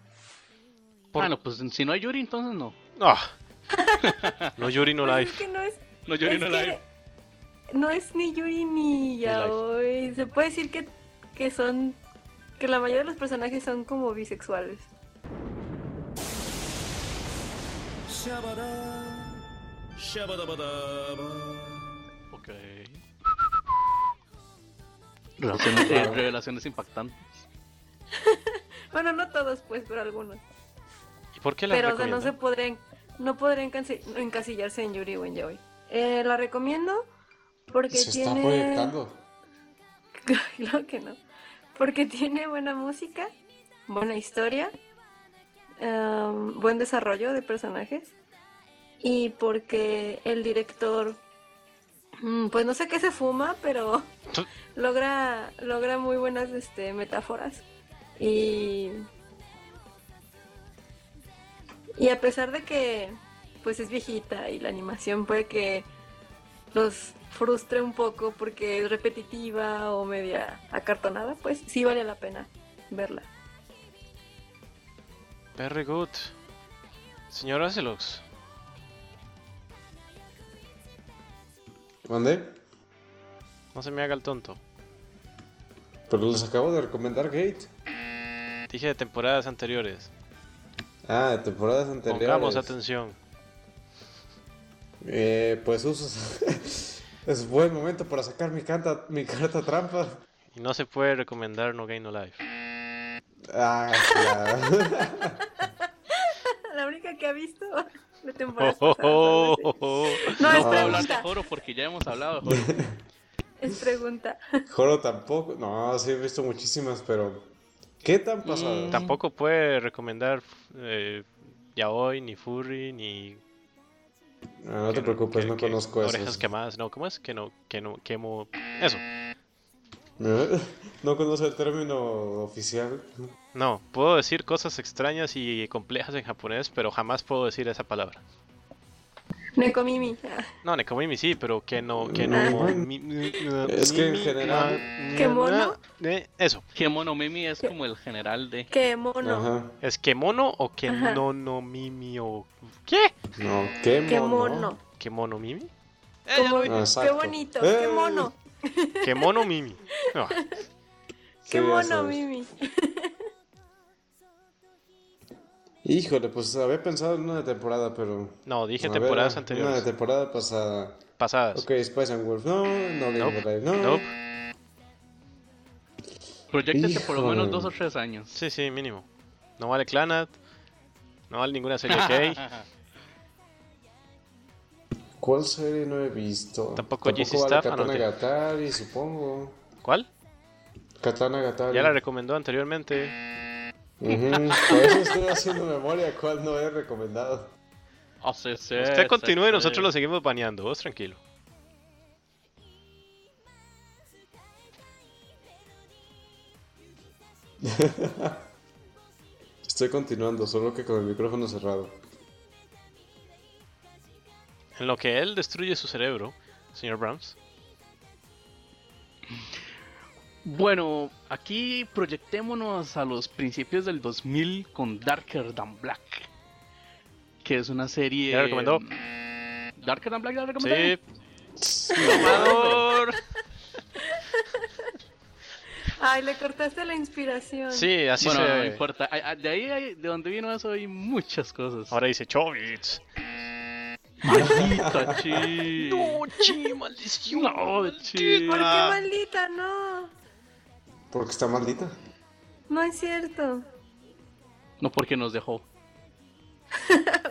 Speaker 3: Por-
Speaker 5: Ah, no, pues si no hay Yuri, entonces no.
Speaker 3: ¡Ah! No Yuri no
Speaker 1: Pues es
Speaker 3: life.
Speaker 1: que no es
Speaker 5: No, Yuri
Speaker 1: Es
Speaker 5: no
Speaker 1: que
Speaker 5: la hay.
Speaker 1: no es ni Yuri ni
Speaker 3: life.
Speaker 1: Yaoi. Se puede decir que, que son. que la mayoría de los personajes son como bisexuales.
Speaker 3: Ok.
Speaker 5: Relaciones, eh, revelaciones impactantes.
Speaker 1: Bueno, no todos, pues, pero algunos.
Speaker 3: ¿Y por qué la
Speaker 1: Pero o sea, no se
Speaker 3: recomiendan?
Speaker 1: podrían, no podrían encasi- encasillarse en Yuri o en Yaoi. Eh, la recomiendo porque
Speaker 4: se está
Speaker 1: tiene.
Speaker 4: proyectando.
Speaker 1: claro que no. Porque tiene buena música, buena historia, em, buen desarrollo de personajes. Y porque el director, mm, pues no sé qué se fuma, pero logra, logra muy buenas este, metáforas. Y, y a pesar de que pues es viejita y la animación puede que los frustre un poco porque es repetitiva o media acartonada, pues sí vale la pena verla.
Speaker 3: Very good. Señor Azelux,
Speaker 4: ¿Mandé?
Speaker 3: no se me haga el tonto.
Speaker 4: Pero les acabo de recomendar Gate.
Speaker 3: Dije de temporadas anteriores.
Speaker 2: Ah, de temporadas anteriores.
Speaker 3: Pongamos atención.
Speaker 2: Eh, pues usos. es buen momento para sacar mi, canta, mi carta trampa.
Speaker 3: Y no se puede recomendar No Game No Life.
Speaker 2: Ah, claro.
Speaker 1: La única que ha visto la temporada.
Speaker 3: Oh,
Speaker 1: pasada,
Speaker 3: oh,
Speaker 1: algo
Speaker 3: oh, oh.
Speaker 1: así. No, es
Speaker 2: No,
Speaker 5: Vamos a hablar de
Speaker 1: pregunta.
Speaker 5: Joro porque ya hemos hablado de Joro.
Speaker 1: Es pregunta.
Speaker 2: Joro tampoco. No, sí he visto muchísimas, pero. ¿Qué tan pasadas?
Speaker 5: Mm.
Speaker 3: Tampoco puede recomendar eh, Yaoi, ni Furry, ni.
Speaker 2: Ah, no
Speaker 3: que-
Speaker 2: te preocupes,
Speaker 3: que-
Speaker 2: no
Speaker 3: que-
Speaker 2: conozco
Speaker 3: Orejas
Speaker 2: esas.
Speaker 3: quemadas, no, ¿cómo es? Que no, que no, quemo. Eso.
Speaker 2: no conozco el término oficial.
Speaker 3: No, puedo decir cosas extrañas y complejas en japonés, pero jamás puedo decir esa palabra.
Speaker 1: Nekomimi. Ah,
Speaker 3: No, Nekomimi sí, pero que no, que
Speaker 1: Ah.
Speaker 3: no. mi- mi-
Speaker 2: Es que en
Speaker 3: mi-
Speaker 2: general-
Speaker 3: na-
Speaker 1: ¿Qué
Speaker 3: na-
Speaker 1: mono?
Speaker 3: eh, eso.
Speaker 5: Que Monomimi es como el general de.
Speaker 1: Qué mono.
Speaker 2: Ajá.
Speaker 3: ¿Es que mono o que
Speaker 1: Ajá.
Speaker 3: no no mimi o qué?
Speaker 2: No, qué,
Speaker 1: Qué
Speaker 2: mono.
Speaker 1: mono.
Speaker 3: ¿Que mono mimi?
Speaker 5: Eh,
Speaker 1: Como-
Speaker 2: dije.
Speaker 1: Qué
Speaker 2: Exacto.
Speaker 1: bonito.
Speaker 2: Eh.
Speaker 1: Qué mono.
Speaker 3: ¿Que mono mimi? No,
Speaker 2: Sí,
Speaker 1: Qué
Speaker 2: ya
Speaker 1: mono,
Speaker 2: sabes.
Speaker 1: Mimi.
Speaker 2: Híjole, pues había pensado en una temporada, pero.
Speaker 3: no, dije
Speaker 2: A ver, Una
Speaker 3: temporadas
Speaker 2: de
Speaker 3: anteriores.
Speaker 2: temporada pasada.
Speaker 3: Pasadas.
Speaker 2: Ok, Spice and Wolf, no. No, Game
Speaker 3: Nope,
Speaker 2: of Life, no.
Speaker 3: Nope.
Speaker 5: Proyectate por lo menos
Speaker 2: Híjole.
Speaker 5: dos o tres años.
Speaker 3: Sí, sí, mínimo. No vale Clanat. No vale ninguna serie gay.
Speaker 2: ¿Cuál serie no he visto?
Speaker 3: Tampoco GC
Speaker 2: vale
Speaker 3: Staff, ah, no,
Speaker 2: Katana
Speaker 3: te-
Speaker 2: Gatari, supongo.
Speaker 3: ¿Cuál?
Speaker 2: Katana Gatari.
Speaker 3: Ya la recomendó anteriormente.
Speaker 2: Ujú, Por eso estoy haciendo memoria cuál no he recomendado.
Speaker 5: O sea, Ah, sí,
Speaker 3: Usted
Speaker 5: sí,
Speaker 3: continúe
Speaker 5: sí.
Speaker 3: y nosotros lo seguimos baneando. Vos tranquilo.
Speaker 2: Estoy continuando, solo que con el micrófono cerrado.
Speaker 3: En lo que él destruye su cerebro, señor Brahms.
Speaker 5: Bueno, aquí proyectémonos a los principios del 2000 con Darker Than Black. Que es una serie.
Speaker 3: Ya recomendó.
Speaker 5: ¿Darker Than Black ya la recomendó? Ah,
Speaker 3: Sí. ¡Tomador!
Speaker 1: Ay, le cortaste la inspiración.
Speaker 3: Sí, así
Speaker 5: bueno, no
Speaker 3: se.
Speaker 5: importa. Ay, ay, De ahí, hay- de donde vino eso, hay muchas cosas.
Speaker 3: Ahora dice Chovitz.
Speaker 5: Maldita, chi.
Speaker 3: chi, maldición.
Speaker 5: No, chi.
Speaker 1: ¿Por qué
Speaker 3: Ah.
Speaker 1: maldita? No.
Speaker 2: Porque está maldita.
Speaker 1: No es cierto.
Speaker 5: No, porque nos dejó.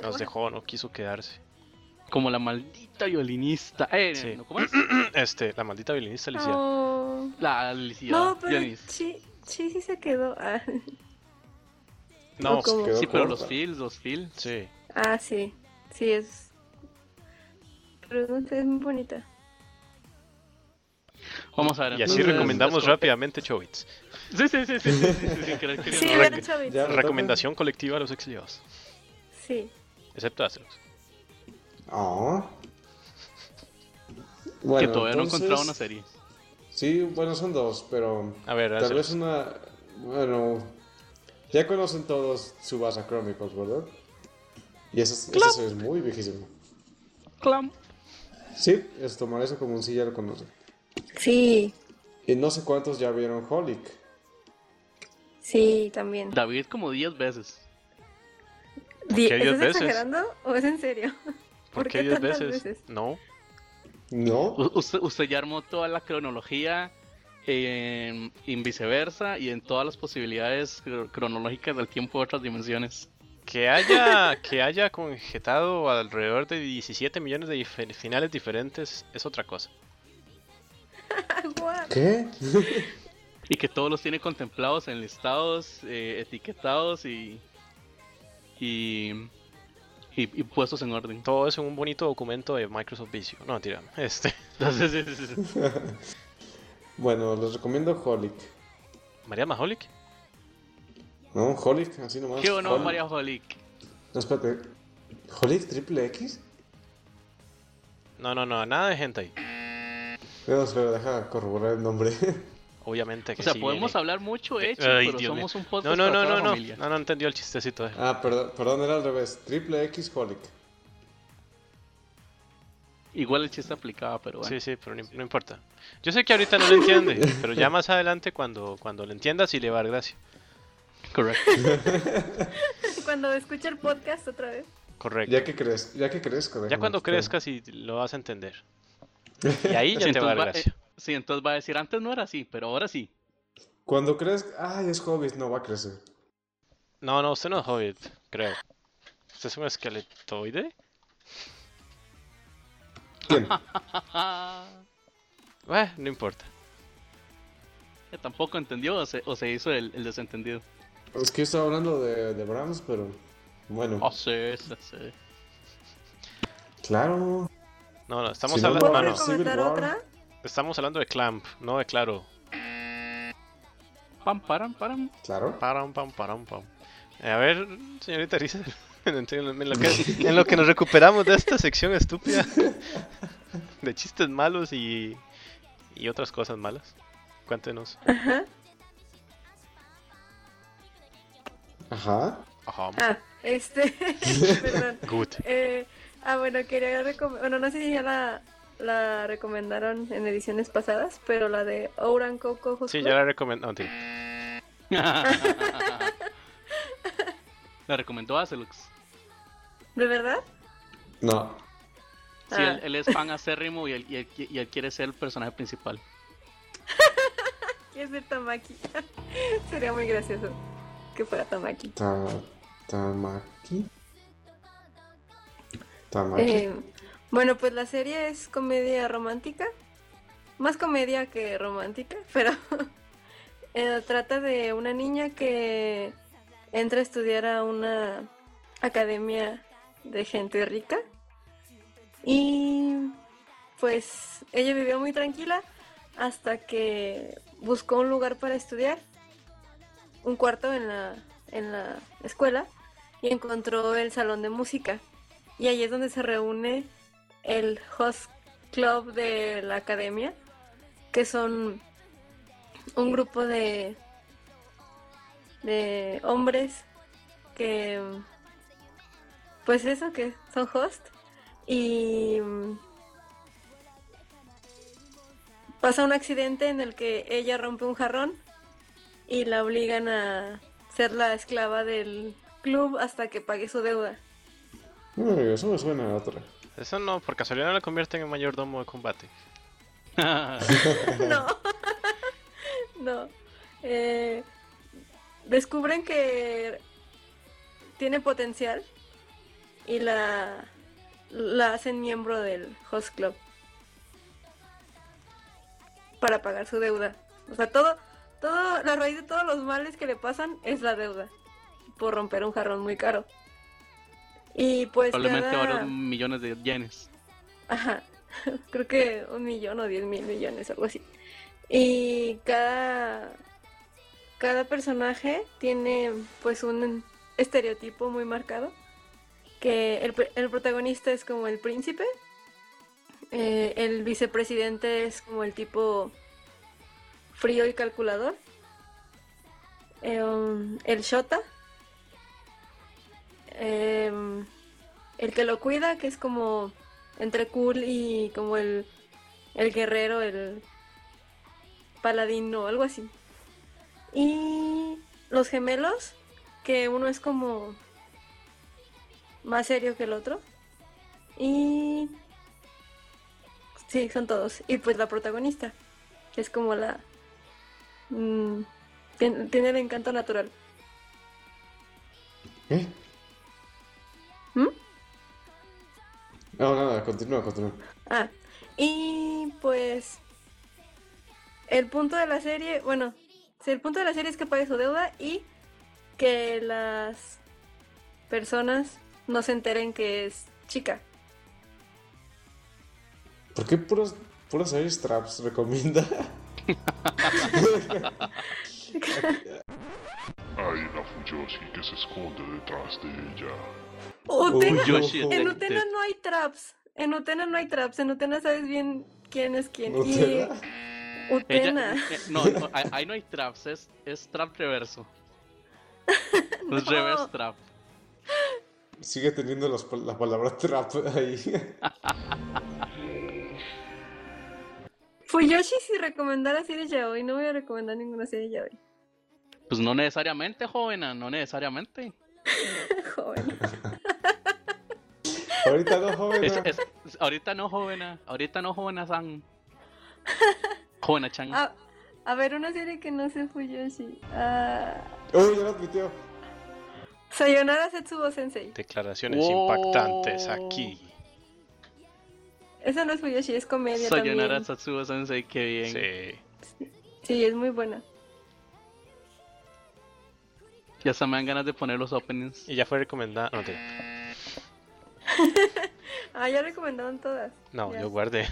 Speaker 3: Nos dejó, no quiso quedarse.
Speaker 5: Como la maldita violinista. Eh,
Speaker 3: Sí.
Speaker 5: ¿no? ¿cómo es?
Speaker 3: Este, la maldita violinista Alicia.
Speaker 1: Oh.
Speaker 5: La Alicia
Speaker 1: No, pero
Speaker 5: violinista.
Speaker 1: Chi, Chi sí se quedó. Ah,
Speaker 3: No,
Speaker 1: ¿o cómo?
Speaker 2: quedó
Speaker 5: Sí, pero
Speaker 2: corta.
Speaker 5: los feels, los feels.
Speaker 3: sí.
Speaker 1: Ah, sí. Sí, es. Pregunta es muy bonita.
Speaker 5: Vamos a ver.
Speaker 3: Y así
Speaker 5: entonces,
Speaker 3: recomendamos
Speaker 5: las cosas-
Speaker 3: rápidamente Chovitz.
Speaker 5: Sí, sí, sí, sí, sí, sí, sí, sin querer
Speaker 1: Sí,
Speaker 5: queriendo.
Speaker 3: rec-
Speaker 1: era Chavit.
Speaker 2: ya.
Speaker 3: Recomendación colectiva a los exiliados.
Speaker 1: Sí.
Speaker 3: Excepto Asterix.
Speaker 2: Ah.
Speaker 5: que
Speaker 2: Bueno,
Speaker 5: todavía no he
Speaker 2: entonces-
Speaker 5: encontrado una serie.
Speaker 2: Sí, bueno, son dos, pero.
Speaker 3: A ver,
Speaker 2: Tal
Speaker 3: Asterix.
Speaker 2: vez una. Bueno. Ya conocen todos Subasa Chronicles, ¿verdad? Y eso, es- eso es muy viejísimo.
Speaker 5: Clam.
Speaker 2: Sí, es tomar eso como un sí ya lo conocen.
Speaker 1: Sí.
Speaker 2: Y no sé cuántos ya vieron Holic.
Speaker 1: Sí, también.
Speaker 5: David como 10 veces.
Speaker 1: Di-
Speaker 3: qué diez
Speaker 1: ¿Estás
Speaker 3: veces?
Speaker 1: exagerando o es en serio?
Speaker 3: ¿Por qué 10
Speaker 1: tantas
Speaker 3: veces? No.
Speaker 2: ¿No?
Speaker 5: U- usted, usted ya armó toda la cronología eh, en viceversa y en todas las posibilidades cr- cronológicas del tiempo de otras dimensiones.
Speaker 3: Que haya, que haya conjetado alrededor de 17 millones de difer- finales diferentes es otra cosa.
Speaker 1: Guau.
Speaker 2: ¿Qué?
Speaker 5: Y que todos los tiene contemplados en listados, eh, etiquetados y, y, y- y puestos en orden.
Speaker 3: Todo es un bonito documento de Microsoft Visio. No, tira. Este.
Speaker 5: Entonces, sí, sí, sí, sí.
Speaker 2: Bueno, les recomiendo Holic.
Speaker 3: María Maholic.
Speaker 2: No, Holic, así nomás.
Speaker 5: qué bueno,
Speaker 2: Holic.
Speaker 5: María Holic.
Speaker 2: No, espérate. ¿Holic triple X?
Speaker 3: No, no, no, nada de gente ahí.
Speaker 2: No, espera, deja corroborar el nombre.
Speaker 3: Obviamente que
Speaker 5: O sea,
Speaker 3: sí
Speaker 5: podemos
Speaker 3: viene. Eh,
Speaker 5: hablar mucho, de hecho,
Speaker 3: Ay,
Speaker 5: pero
Speaker 3: Dios mío.
Speaker 5: somos un podcast
Speaker 3: No, no,
Speaker 5: para
Speaker 3: no,
Speaker 5: toda
Speaker 3: no,
Speaker 5: la
Speaker 3: no.
Speaker 5: familia.
Speaker 3: No, no entendió el chistecito. eh.
Speaker 2: ah, perdón, perdón, era al revés. Triple X Holic.
Speaker 5: Igual el chiste aplicaba, pero Ah, bueno.
Speaker 3: Sí, sí, pero no, no importa. Yo sé que ahorita no lo entiende, pero ya más adelante cuando, cuando lo entienda sí le va a dar gracia.
Speaker 5: Correcto.
Speaker 1: Cuando escuche el podcast otra vez.
Speaker 3: Correcto.
Speaker 2: Ya que, crez- ya que crezco.
Speaker 3: Ya
Speaker 2: déjame
Speaker 3: cuando
Speaker 2: buscar.
Speaker 3: crezcas y lo vas a entender. Y ahí ya
Speaker 5: Sí,
Speaker 3: te va a dar
Speaker 5: entonces va-
Speaker 3: gracia.
Speaker 5: eh, sí, entonces va a decir, antes no era así, pero ahora sí.
Speaker 2: Cuando crezca... Ay, es Hobbit, no va a crecer.
Speaker 3: No, no, usted no es hobbit, creo. ¿Usted es un esqueletoide?
Speaker 2: ¿Quién?
Speaker 3: Bueno, no importa.
Speaker 5: Que tampoco entendió o se, o se hizo el, el desentendido.
Speaker 2: es que yo estaba hablando de, de Brahms, pero... Bueno,
Speaker 5: Oh, sí, sí, sí.
Speaker 2: claro.
Speaker 3: No, no, estamos,
Speaker 2: Si no,
Speaker 3: hablando,
Speaker 1: ¿Puedo
Speaker 2: no,
Speaker 3: no, no,
Speaker 2: sí.
Speaker 1: recomendar
Speaker 2: Civil War.
Speaker 1: otra?
Speaker 3: estamos hablando de Clamp, no de Claro.
Speaker 5: Pam, param, param.
Speaker 2: Claro.
Speaker 3: Param, pam, param, pam. Eh, a ver, señorita Risa, en, en lo que, en lo que nos recuperamos de esta sección estúpida de chistes malos y, y otras cosas malas, cuéntenos.
Speaker 1: Ajá.
Speaker 2: Ajá.
Speaker 3: Ajá,
Speaker 1: Ah, este. Perdón.
Speaker 3: good.
Speaker 1: Eh, ah, bueno, quería recomendar. Bueno, no sé si ya la, la recomendaron en ediciones pasadas, pero la de Ouran Coco Hustle.
Speaker 3: Sí, ya la recomiendo. No, mentira.
Speaker 5: La recomendó Acelux.
Speaker 1: ¿De verdad?
Speaker 2: No.
Speaker 5: Sí,
Speaker 1: Ah.
Speaker 5: él, él es fan acérrimo y él, y él- y él quiere ser el personaje principal.
Speaker 1: Quiero ser Tamaki. Sería muy gracioso que fuera Tamaki.
Speaker 2: Ta... Tamaki. Tamaki.
Speaker 1: Eh, bueno, pues la serie es comedia romántica. Más comedia que romántica, pero eh, trata de una niña que entra a estudiar a una academia de gente rica. Y pues ella vivió muy tranquila hasta que buscó un lugar para estudiar, un cuarto en la, en la escuela, y encontró el salón de música. Y ahí es donde se reúne el host club de la academia, que son un grupo de, de hombres que, pues eso, que son host. Y mm, pasa un accidente en el que ella rompe un jarrón y la obligan a ser la esclava del club hasta que pague su deuda.
Speaker 2: No, eso me suena a otra.
Speaker 3: Eso no, por casualidad no la convierten en mayordomo de combate.
Speaker 1: No. no. Eh, descubren que tiene potencial y la, la hacen miembro del host club para pagar su deuda. O sea, todo, todo, la raíz de todos los males que le pasan es la deuda por romper un jarrón muy caro. Y pues
Speaker 5: Probablemente
Speaker 1: cada-
Speaker 5: varios millones de yenes.
Speaker 1: Ajá, creo que un millón o diez mil millones, algo así. Y cada, cada personaje tiene pues un estereotipo muy marcado, que el, pr- el protagonista es como el príncipe, eh, el vicepresidente es como el tipo frío y calculador, em, el shota, em, el que lo cuida, que es como entre cool y como el, el guerrero, el paladino, algo así. Y los gemelos, que uno es como más serio que el otro. Y... Sí, son todos. Y pues la protagonista, que es como la... mm, tien- tiene el encanto natural.
Speaker 2: ¿Eh?
Speaker 1: ¿Mm?
Speaker 2: No, nada, continúa, continúa.
Speaker 1: Ah, y pues el punto de la serie, bueno, sí, el punto de la serie es que pague su deuda y que las personas no se enteren que es chica.
Speaker 2: ¿Por qué puras, puras series traps recomienda?
Speaker 6: Hay una Fuyoshi que se esconde detrás de ella.
Speaker 1: Utena,
Speaker 2: Uy,
Speaker 5: Yoshi,
Speaker 2: ojo.
Speaker 1: en
Speaker 5: de-
Speaker 1: Utena no hay traps, en Utena no hay traps, en Utena sabes bien quién es quién.
Speaker 2: ¿No te da?
Speaker 1: Y
Speaker 5: Ella-
Speaker 1: Utena,
Speaker 5: eh, no, no, ahí- ahí no hay traps, es, es trap reverso. Es
Speaker 1: No.
Speaker 5: reverse trap.
Speaker 2: Sigue teniendo las pal- la palabra trap ahí.
Speaker 1: Fuyoshi si recomendara series ya hoy, no voy a recomendar ninguna serie ya hoy.
Speaker 5: Pues no necesariamente, joven, no necesariamente.
Speaker 1: Joven.
Speaker 2: Ahorita no, joven.
Speaker 5: Es- es- es- ahorita no, joven, ahorita no, joven San. Joven Chan.
Speaker 1: A, Ah, a ver, una serie que no se Fuyoshi. Ah,
Speaker 2: Uy, ya lo admitió.
Speaker 1: Sayonara Setsubo Sensei.
Speaker 3: Declaraciones
Speaker 5: Wow.
Speaker 3: impactantes ah, aquí.
Speaker 1: Esa no es Fuyoshi, es comedia
Speaker 5: Sayonara
Speaker 1: también.
Speaker 5: Satsubo Sensei, qué bien.
Speaker 3: Sí.
Speaker 1: Sí, es muy buena.
Speaker 5: Ya hasta me dan ganas de poner los openings.
Speaker 3: Y ya fue recomendada. No, te-
Speaker 1: Ah, ya recomendaron todas.
Speaker 3: no,
Speaker 1: Ya.
Speaker 3: yo guardé.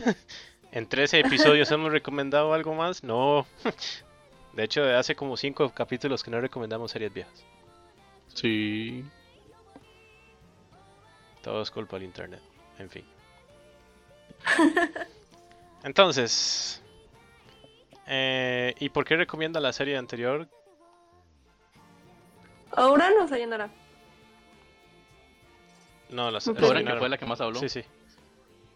Speaker 3: en 13 episodios hemos recomendado algo más. No. De hecho, hace como 5 capítulos que no recomendamos series viejas.
Speaker 5: Sí.
Speaker 3: Todo es culpa del internet. En fin. Entonces. eh, ¿Y por qué recomienda la serie anterior?
Speaker 1: Ahora no Sayonara.
Speaker 3: No, la
Speaker 1: Pero
Speaker 5: Ahora que
Speaker 3: Sayonara.
Speaker 5: fue la que más habló.
Speaker 3: Sí, sí.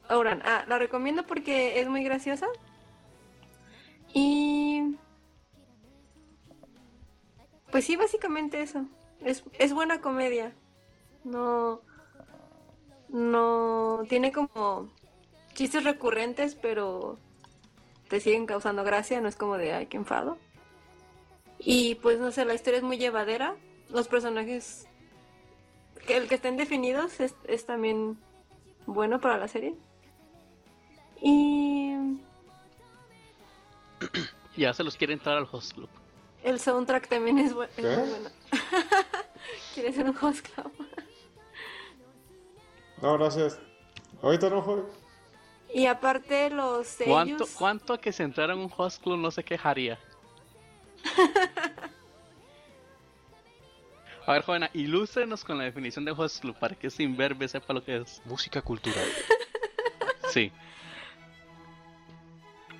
Speaker 1: Auran. Ah, la recomiendo porque es muy graciosa. Y. Pues sí, básicamente eso. Es, es buena comedia. No. No. Tiene como chistes recurrentes, pero te siguen causando gracia. No es como de ay, qué enfado. Y pues no sé, la historia es muy llevadera. Los personajes. Que el que estén definidos es, es también bueno para la serie. Y
Speaker 5: Ya se los quiere entrar al host club.
Speaker 1: el soundtrack también es, bu- es
Speaker 2: ¿Eh?
Speaker 1: muy bueno. Quiere ser un host club.
Speaker 2: No, gracias. Ahorita no, joven.
Speaker 1: Y aparte los
Speaker 5: ¿Cuánto,
Speaker 1: sellos.
Speaker 5: ¿Cuánto a que se entrara en un host club no se quejaría? A ver, Jovena, ilústrenos con la definición de host club para que sin verbe sepa lo que es.
Speaker 3: Música cultural.
Speaker 5: Sí.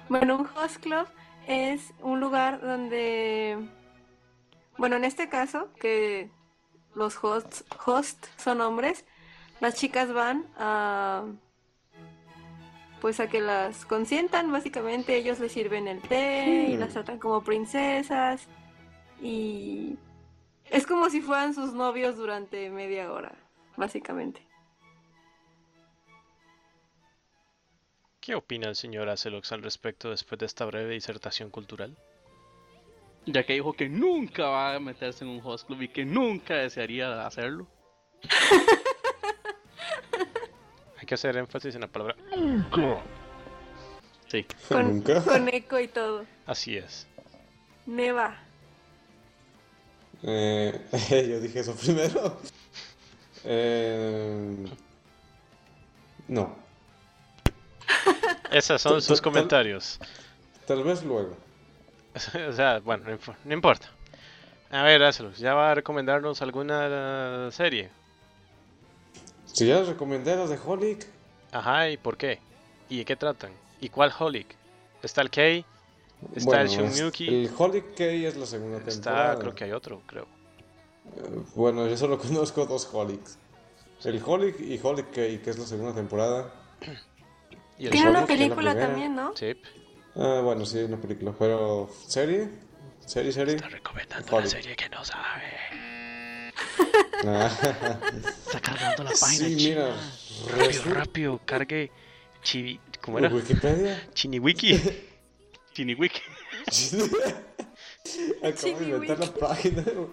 Speaker 1: Bueno, un host club es un lugar donde, bueno, en este caso, que los hosts, hosts son hombres, las chicas van a, pues a que las consientan, básicamente ellos les sirven el té y las tratan como princesas y es como si fueran sus novios durante media hora, básicamente.
Speaker 3: ¿Qué opina el señor Acelox al respecto después de esta breve disertación cultural?
Speaker 5: Ya que dijo que nunca va a meterse en un host club y que nunca desearía hacerlo.
Speaker 3: Hay que hacer énfasis en la palabra.
Speaker 6: Nunca.
Speaker 5: Sí.
Speaker 1: Con,
Speaker 2: Nunca.
Speaker 1: con eco y todo.
Speaker 3: Así es.
Speaker 1: Neva.
Speaker 2: Eh, yo dije eso primero. Eh, no.
Speaker 3: Esos son sus
Speaker 2: Total.
Speaker 3: comentarios.
Speaker 2: Tal vez luego.
Speaker 3: o sea, bueno, no impo- no importa. A ver, Acelox, ¿ya va a recomendarnos alguna eh, serie?
Speaker 2: Si ya les recomendé las de Holic,
Speaker 3: Ajá, ¿y por qué? ¿Y de qué tratan? ¿Y cuál Holic? ¿Está el K? Está el Shunmyuki.
Speaker 2: El Holic K es la segunda
Speaker 3: Está,
Speaker 2: temporada.
Speaker 3: creo que hay otro, creo.
Speaker 2: Eh, Bueno, yo solo conozco dos Holics. El Holic y Holic K, que es la segunda temporada.
Speaker 3: ¿Y el
Speaker 1: Tiene una
Speaker 2: Holic es la
Speaker 1: película
Speaker 2: primera.
Speaker 1: también, ¿no?
Speaker 3: Sí,
Speaker 2: Ah, bueno, sí, una película. Pero, ¿serie? ¿Serie, serie?
Speaker 3: está recomendando
Speaker 2: Holic.
Speaker 3: una serie que no sabe.
Speaker 2: Ah,
Speaker 3: Está cargando la página.
Speaker 2: sí,
Speaker 3: chino.
Speaker 2: mira.
Speaker 3: Rápido,
Speaker 2: resu-
Speaker 3: rápido, cargue Chibi. ¿Cómo era?
Speaker 2: Wikipedia.
Speaker 3: Chiniwiki.
Speaker 5: Chiniwiki.
Speaker 2: Acabo de inventar la página. güey.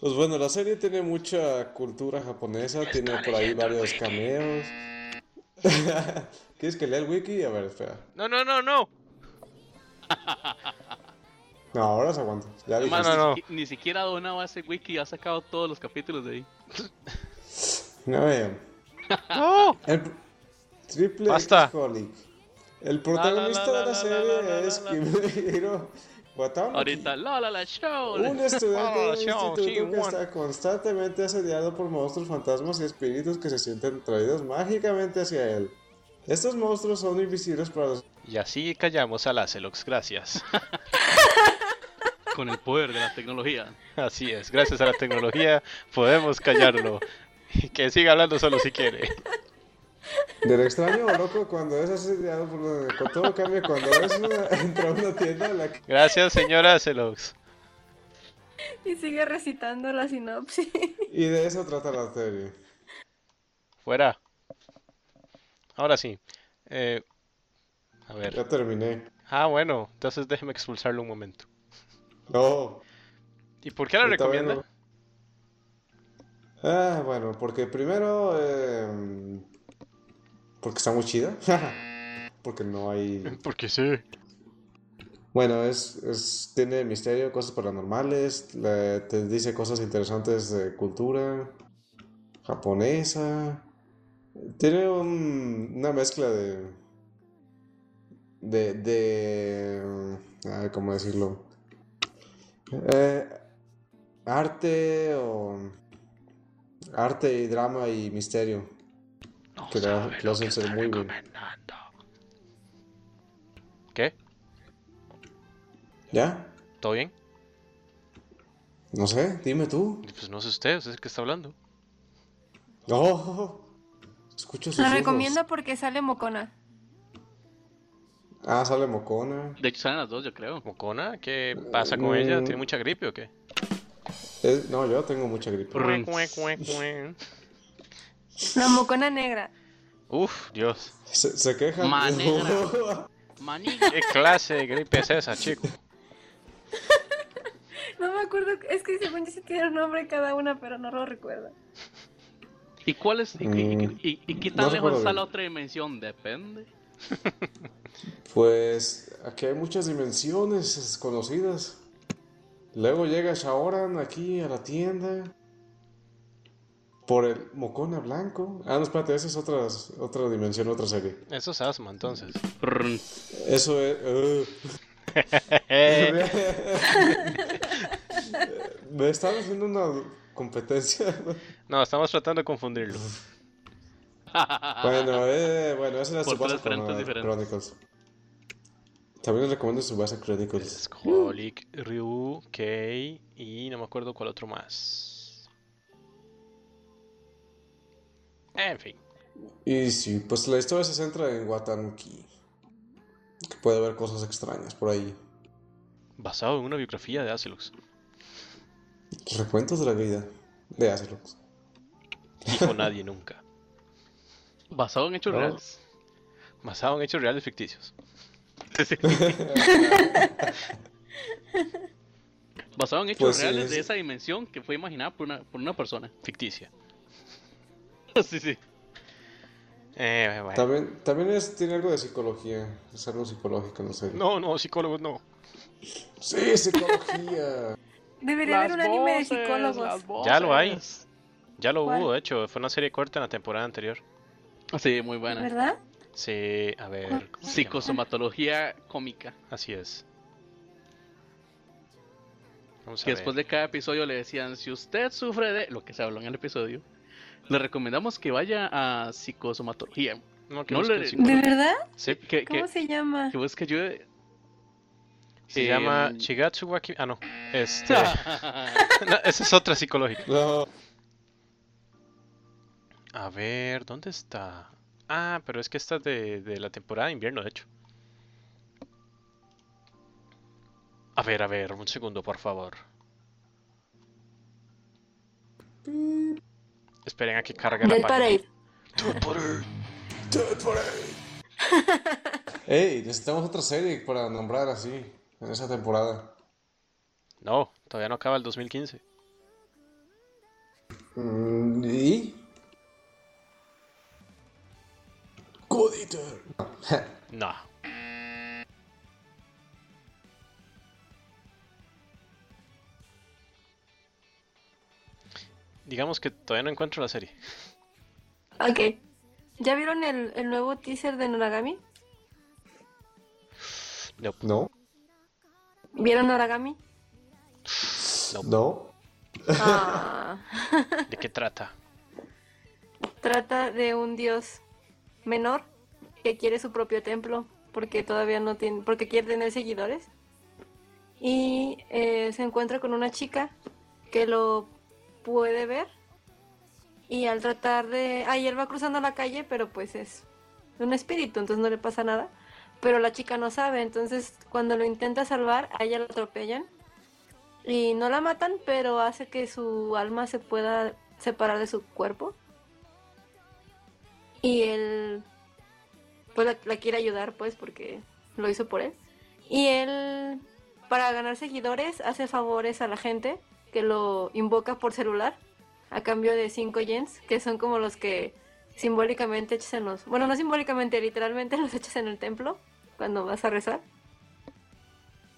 Speaker 2: Pues bueno, la serie tiene mucha cultura japonesa, tiene por ahí varios cameos. ¿Quieres que lea el wiki? A ver, espera.
Speaker 3: No, no, no, no.
Speaker 2: No, ahora se aguanta. Ya dije.
Speaker 5: Además,
Speaker 3: no, no.
Speaker 5: Ni, siqui- ni siquiera donaba ese wiki y ha sacado todos los capítulos de ahí.
Speaker 2: No vean.
Speaker 3: No.
Speaker 2: El pr- Triple
Speaker 3: Basta.
Speaker 2: X Holic. El protagonista de la
Speaker 3: la, la, la, la,
Speaker 2: serie
Speaker 3: la,
Speaker 2: es
Speaker 3: la.
Speaker 2: Kimihiro Watanabe.
Speaker 5: Ahorita, la la la show.
Speaker 2: Un estudiante de un
Speaker 3: Hola,
Speaker 2: instituto
Speaker 3: Oh, sí,
Speaker 2: que
Speaker 3: bueno.
Speaker 2: está constantemente asediado por monstruos, fantasmas y espíritus que se sienten traídos mágicamente hacia él. Estos monstruos son invisibles para los...
Speaker 3: Y así callamos a Lacelox, gracias.
Speaker 5: Con el poder de la tecnología.
Speaker 3: Así es, gracias a la tecnología podemos callarlo. Y Que siga hablando solo si quiere.
Speaker 2: Del extraño o loco, cuando es asediado por lo- cuando todo cambia, cuando es una, entra a una tienda a la que
Speaker 3: Gracias, señora Celox.
Speaker 1: Y sigue recitando la sinopsis.
Speaker 2: Y de eso trata la serie.
Speaker 3: Fuera. Ahora sí. Eh, a ver.
Speaker 2: Ya terminé.
Speaker 3: Ah, bueno. Entonces déjeme expulsarlo un momento.
Speaker 2: No.
Speaker 3: ¿Y por qué la
Speaker 2: yo todavía
Speaker 3: recomienda?
Speaker 2: no. Ah, bueno, porque primero. eh, porque está muy chida. porque no hay.
Speaker 3: Porque sí.
Speaker 2: Bueno, es, es- tiene misterio, cosas paranormales, la- te dice cosas interesantes de cultura japonesa. Tiene un- una mezcla de, de, de, ay, ¿cómo decirlo? Eh, arte o arte y drama y misterio que la- lo hacen ser muy bien.
Speaker 3: ¿Qué?
Speaker 2: ¿Ya?
Speaker 3: ¿Todo bien?
Speaker 2: No sé, dime tú.
Speaker 3: Pues no sé usted, usted es el que está hablando.
Speaker 2: No, escucho
Speaker 1: La
Speaker 2: susurros.
Speaker 1: recomiendo porque sale mocona.
Speaker 2: Ah, sale Mocona.
Speaker 5: De hecho, salen las dos, yo creo.
Speaker 3: ¿Mocona? ¿Qué pasa con ella? ¿Tiene
Speaker 2: Mm.
Speaker 3: mucha gripe o qué?
Speaker 2: Es- no, yo tengo mucha gripe.
Speaker 5: Por-
Speaker 3: Cue, cue, cue, cue.
Speaker 1: La mocona negra.
Speaker 3: Uf, Dios.
Speaker 2: Se, se queja.
Speaker 5: Manera. Maniga.
Speaker 3: ¿Qué clase de gripe es esa, chico?
Speaker 1: No me acuerdo, es que según yo sí tiene un nombre cada una, pero no lo recuerdo.
Speaker 5: ¿Y cuál es? ¿Y, y-
Speaker 2: Mm,
Speaker 5: y- y qué tan
Speaker 2: no
Speaker 5: lejos
Speaker 2: recuerdo
Speaker 5: está
Speaker 2: bien.
Speaker 5: la otra dimensión? Depende.
Speaker 2: Pues aquí hay muchas dimensiones desconocidas. Luego llega Shaoran aquí a la tienda. Por el Mocona Blanco. Ah, no, espérate, esa es otra, otra dimensión, otra serie.
Speaker 3: Eso es asma, entonces.
Speaker 5: Prrrn.
Speaker 2: Eso es. eh. Me están haciendo una competencia.
Speaker 3: No, estamos tratando de confundirlo.
Speaker 2: Bueno, eh, bueno, esa era
Speaker 5: Ah, Por
Speaker 2: Tsubasa
Speaker 5: tres frentes
Speaker 2: Chrono-
Speaker 5: diferentes.
Speaker 2: Chronicles. También les recomiendo Subasa Chronicles.
Speaker 3: Skolik, Ryu, Kei y no me acuerdo cuál otro más. En fin.
Speaker 2: Y sí, pues la historia se centra en Watanuki. Que puede haber cosas extrañas por ahí.
Speaker 3: Basado en una biografía de Acelux.
Speaker 2: Recuentos de la vida de Azelux.
Speaker 3: Dijo nadie nunca.
Speaker 5: Basado en hechos
Speaker 2: No.
Speaker 5: reales.
Speaker 3: Basado en hechos reales ficticios.
Speaker 5: Basado en hechos
Speaker 2: Pues sí,
Speaker 5: reales de
Speaker 2: es-
Speaker 5: esa dimensión que fue imaginada por una, por una persona.
Speaker 3: Ficticia.
Speaker 5: sí, sí.
Speaker 3: Eh, bueno.
Speaker 2: También, también es, tiene algo de psicología. Es algo psicológico, no sé.
Speaker 3: No, no, psicólogos no.
Speaker 2: Sí, psicología.
Speaker 1: Debería haber un anime de psicólogos.
Speaker 3: Ya lo hay.
Speaker 5: voces.
Speaker 3: Ya lo
Speaker 1: ¿Cuál?
Speaker 3: hubo, de hecho, fue una serie corta en la temporada anterior.
Speaker 5: Sí, muy buena.
Speaker 1: ¿Verdad?
Speaker 3: Sí, a ver. ¿cómo se llama?
Speaker 5: Psicosomatología cómica.
Speaker 3: Así es. Vamos a
Speaker 5: Que
Speaker 3: ver.
Speaker 5: después de cada episodio le decían, si usted sufre de lo que se habló en el episodio, le recomendamos que vaya a psicosomatología.
Speaker 3: No, que
Speaker 5: no
Speaker 3: busque
Speaker 5: le-
Speaker 3: el
Speaker 1: ¿De
Speaker 3: psicólogo.
Speaker 1: verdad?
Speaker 3: Sí,
Speaker 5: Que, que,
Speaker 1: ¿Cómo se llama?
Speaker 5: que busque ayuda.
Speaker 3: se
Speaker 5: Eh,
Speaker 3: llama Shigatsu wa Kimi- Ah, no. Este...
Speaker 5: Ah.
Speaker 3: no, Esa es otra psicológica.
Speaker 2: No.
Speaker 3: A ver, ¿dónde está? Ah, pero es que esta es de, de la temporada de invierno, de hecho. A ver, a ver, un segundo, por favor. Esperen a que cargue la
Speaker 1: Del
Speaker 3: página.
Speaker 1: Parade.
Speaker 2: Ey, necesitamos otra serie para nombrar así. En esa temporada.
Speaker 3: No, todavía no acaba el 2015.
Speaker 2: Mm, ¿Y? Good Eater.
Speaker 3: No. Digamos que todavía no encuentro la serie.
Speaker 1: Ok. ¿Ya vieron el, el nuevo teaser de Noragami?
Speaker 3: No,
Speaker 2: No.
Speaker 1: ¿Vieron Noragami?
Speaker 2: No.
Speaker 1: Ah,
Speaker 3: ¿de qué trata?
Speaker 1: trata de un dios menor que quiere su propio templo porque todavía no tiene, porque quiere tener seguidores. Y eh, se encuentra con una chica que lo puede ver Y al tratar de... Ahí él va cruzando la calle, pero pues es un espíritu, entonces no le pasa nada. Pero la chica no sabe, entonces cuando lo intenta salvar, a ella la atropellan. Y no la matan, pero hace que su alma se pueda separar de su cuerpo. Y él... Pues la, la quiere ayudar, pues, porque lo hizo por él. Y él, para ganar seguidores, hace favores a la gente que lo invoca por celular a cambio de 5 yens, que son como los que simbólicamente echas en los... Bueno, no simbólicamente, literalmente los echas en el templo cuando vas a rezar.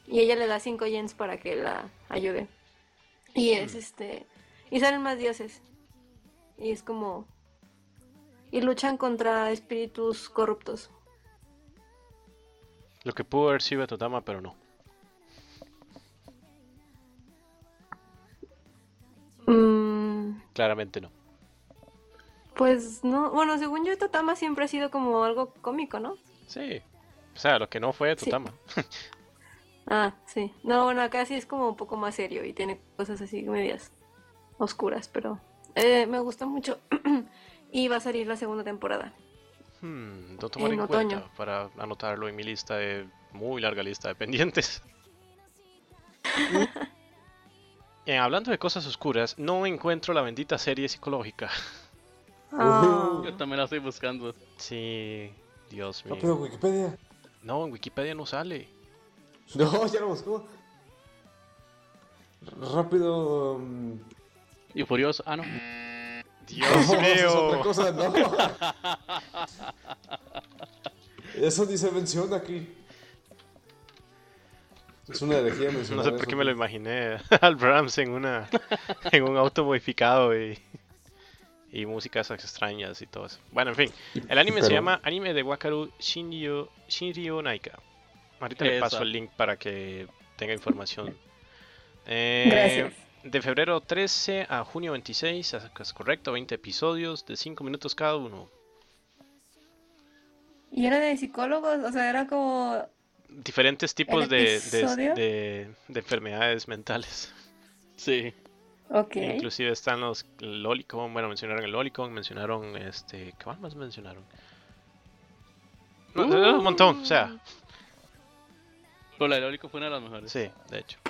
Speaker 1: Y ella le da 5 yens para que la ayude. Y es este... Y salen más dioses. Y es como... Y luchan contra espíritus corruptos.
Speaker 3: Lo que pudo haber sido Totama, pero no.
Speaker 1: Mm,
Speaker 3: Claramente no.
Speaker 1: Pues no, bueno, según yo, Totama siempre ha sido como algo cómico, ¿no?
Speaker 3: Sí. O sea, lo que no fue
Speaker 1: Sí.
Speaker 3: Totama.
Speaker 1: Ah, sí. No, bueno, acá sí es como un poco más serio y tiene cosas así medias oscuras, pero eh, me gusta mucho. y va a salir la segunda temporada.
Speaker 3: Hmm, lo tomaré
Speaker 1: En
Speaker 3: en
Speaker 1: otoño.
Speaker 3: cuenta para anotarlo en mi lista de muy larga lista de pendientes. Eh, hablando de cosas oscuras, no encuentro la bendita serie psicológica.
Speaker 1: Ah,
Speaker 5: Yo también la estoy buscando.
Speaker 3: Sí, Dios mío.
Speaker 2: Rápido, Wikipedia.
Speaker 3: No, en Wikipedia no sale.
Speaker 2: No, ya lo buscó. Rápido. mm,
Speaker 5: Y Furioso. Ah, no.
Speaker 3: Dios
Speaker 2: no, esa es otra
Speaker 3: mío.
Speaker 2: cosa, no. Eso ni se menciona aquí. Es una herejía
Speaker 3: No
Speaker 2: mencionar
Speaker 3: sé por
Speaker 2: eso.
Speaker 3: qué me lo imaginé al Brahms en una en un auto modificado y, y músicas extrañas y todo eso. Bueno, en fin. El anime se
Speaker 2: Pero-
Speaker 3: llama Anime de Wakaru Shinryo, Shinryo Naika. Ahorita le
Speaker 5: Esa.
Speaker 3: paso el link para que tenga información. Eh,
Speaker 1: Gracias.
Speaker 3: De febrero 13 a junio 26, es correcto, 20 episodios de 5 minutos cada uno.
Speaker 1: Y era de psicólogos, o sea, era como...
Speaker 3: Diferentes tipos de, de-
Speaker 1: episodio?
Speaker 3: de- de enfermedades mentales.
Speaker 5: Sí.
Speaker 1: Ok.
Speaker 3: Inclusive están los Lolicon, bueno, mencionaron el Lolicon, mencionaron este, ¿qué más mencionaron? No, un montón, o sea,
Speaker 5: Pero la de Lólico fue una de las mejores.
Speaker 3: sí, de hecho.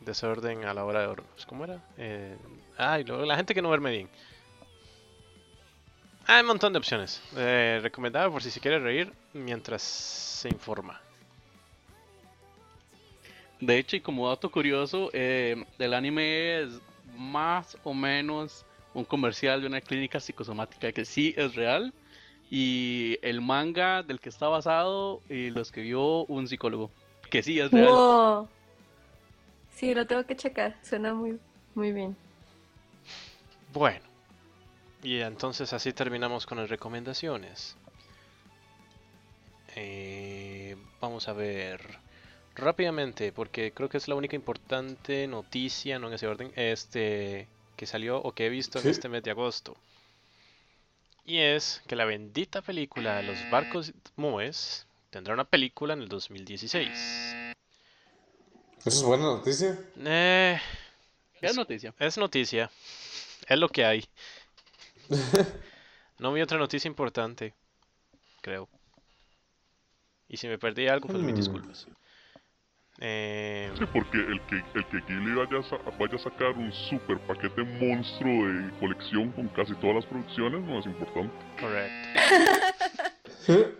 Speaker 3: Desorden a la hora de dormir. ¿Cómo era? Eh, ay, luego la gente que no duerme bien. Hay un montón de opciones. Eh, recomendada por si se quiere reír mientras se informa.
Speaker 5: De hecho, y como dato curioso, eh, el anime es más o menos un comercial de una clínica psicosomática que sí es real. Y el manga del que está basado eh, lo escribió un psicólogo, que sí es real.
Speaker 1: Wow. Sí, lo tengo que checar, suena muy, muy bien.
Speaker 3: Bueno. Y entonces así terminamos con las recomendaciones. Eh, vamos a ver rápidamente, porque creo que es la única importante noticia, no en ese orden, este que salió o que he visto en
Speaker 2: Sí.
Speaker 3: este mes de agosto. Y es que la bendita película de Los barcos Moes tendrá una película en el 2016.
Speaker 2: Eso es buena noticia.
Speaker 3: Eh,
Speaker 5: Es noticia.
Speaker 3: es noticia. Es lo que hay. No vi otra noticia importante, creo. Y si me perdí algo, pues
Speaker 5: Mm.
Speaker 3: mis
Speaker 2: Hmm.
Speaker 3: disculpas. Eh,
Speaker 6: Sí, porque el que, el que Ghibli vaya a, sa- vaya a sacar un super paquete monstruo de colección con casi todas las producciones no es importante.
Speaker 3: correcto.
Speaker 2: ¿Eh?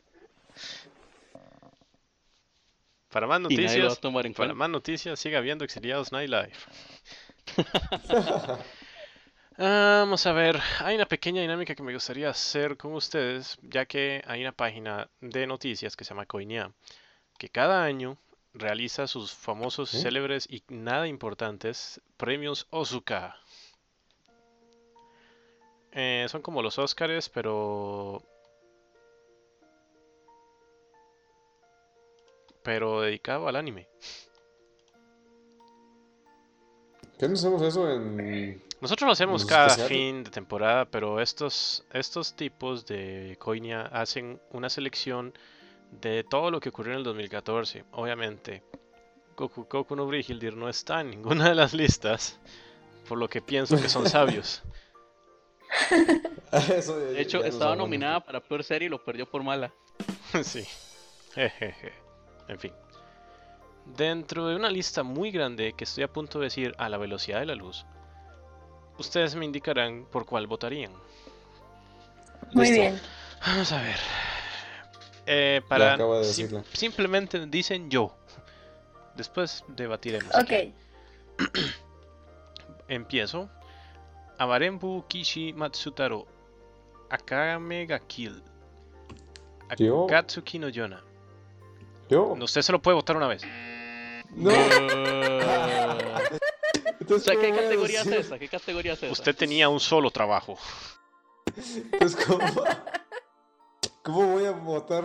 Speaker 3: Para más
Speaker 5: Y nadie lo va a
Speaker 3: noticias,
Speaker 5: tomar en
Speaker 3: para
Speaker 5: cuenta.
Speaker 3: más noticias, siga viendo Exiliados Nightlife. Ah, Vamos a ver, hay una pequeña dinámica que me gustaría hacer con ustedes, ya que hay una página de noticias que se llama Coinia, que cada año realiza sus famosos,
Speaker 2: ¿Eh?
Speaker 3: célebres y nada importantes premios Ozuka. Eh, son como los Óscares, pero... Pero dedicado al anime.
Speaker 2: ¿Qué no hacemos eso en.
Speaker 3: Nosotros lo hacemos
Speaker 2: Los
Speaker 3: cada
Speaker 2: especiales.
Speaker 3: fin de temporada, pero estos, estos tipos de coinia hacen una selección de todo lo que ocurrió en el 2014. Obviamente, Goku Goku no Brigildir no está en ninguna de las listas, por lo que pienso que son sabios.
Speaker 2: Eso ya-
Speaker 5: De hecho,
Speaker 2: ya nos
Speaker 5: estaba
Speaker 2: abona.
Speaker 5: nominada para peor serie y lo perdió por mala.
Speaker 3: Sí. Jejeje. En fin. Dentro de una lista muy grande que estoy a punto de decir a la velocidad de la luz, ustedes me indicarán por cuál votarían.
Speaker 1: Muy
Speaker 2: Listo.
Speaker 1: bien.
Speaker 3: Vamos a ver. Eh, para
Speaker 2: acabo de
Speaker 3: sim-
Speaker 2: decirla.
Speaker 3: simplemente dicen yo. Después debatiremos. aquí.
Speaker 1: Ok.
Speaker 3: Empiezo. Amarembu Kishi Matsutaro. Akame ga Kill.
Speaker 2: Yo.
Speaker 3: Akatsuki no Yona.
Speaker 2: Yo.
Speaker 3: No, Usted se lo puede votar una vez.
Speaker 2: No.
Speaker 5: O
Speaker 2: Entonces,
Speaker 5: sea, ¿qué
Speaker 2: ¿cómo voy a
Speaker 5: categoría es
Speaker 2: decir?
Speaker 5: esa? ¿Qué categoría es esa?
Speaker 3: Usted tenía un solo trabajo.
Speaker 2: Entonces, ¿cómo, cómo voy a votar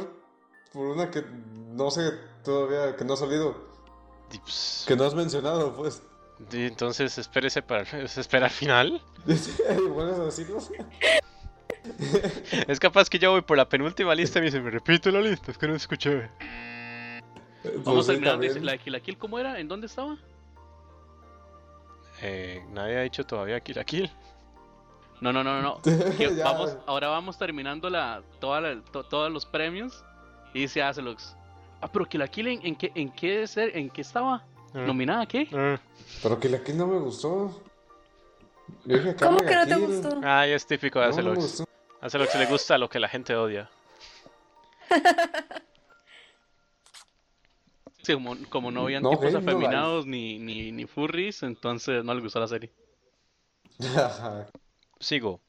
Speaker 2: por una que no sé todavía, que no ha salido,
Speaker 3: Y, pues,
Speaker 2: que no has mencionado, pues?
Speaker 3: y entonces espérese para esperar final.
Speaker 2: ¿Vuelves a decirlo?
Speaker 3: Es capaz que yo voy por la penúltima lista y me dice, me repito la lista, es que no escuché.
Speaker 2: Pues
Speaker 5: Vamos
Speaker 2: sí,
Speaker 5: terminando. Dice,
Speaker 2: también.
Speaker 5: ¿La de Kill la Kill cómo era? ¿En dónde estaba?
Speaker 3: Eh, nadie ha dicho todavía Kill la Kill.
Speaker 5: No, no, no, no. no. Que
Speaker 2: Ya.
Speaker 5: vamos, ahora vamos terminando la, toda la- to- todos los premios. Y dice Azelux. Ah, pero Kill la Kill en, en qué, en qué ser, en qué estaba? ¿Nominada a qué?
Speaker 3: Ah,
Speaker 2: Pero que la que no me gustó. Yo dije,
Speaker 1: ¿Cómo
Speaker 2: Carmen
Speaker 1: que no te
Speaker 2: Aquil.
Speaker 1: gustó?
Speaker 3: Ay, Ah, es típico de
Speaker 2: No me
Speaker 3: Acelox.
Speaker 2: gustó.
Speaker 3: Acelox le gusta lo que la gente odia.
Speaker 5: Sí, como, como no habían
Speaker 2: No,
Speaker 5: tipos
Speaker 2: Game No Life.
Speaker 5: afeminados ni, ni, ni furries, entonces no le gustó la serie.
Speaker 2: Ajá.
Speaker 3: Sigo.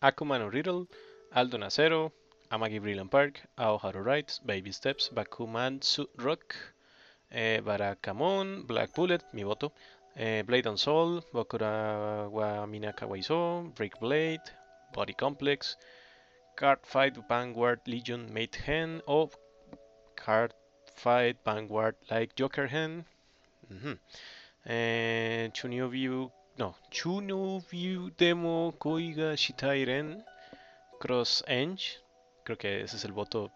Speaker 3: Akuma no Riddle, Aldo Nacero, Amagi Brilliant Park, Aoharu Rights, Baby Steps, Bakumansu Rock, eh, Barakamon, Black Bullet, mi voto, eh, Blade on Soul, Bokura wa Minaka Waiso, Break Blade, Body Complex, Card Fight Vanguard Legion Mate Hen o Card Fight Vanguard Like Joker Hen. Ujú. Eh, Chunio View. No, Chuno View Demo Koiga Shitairen Cross Edge. Creo que ese es el voto,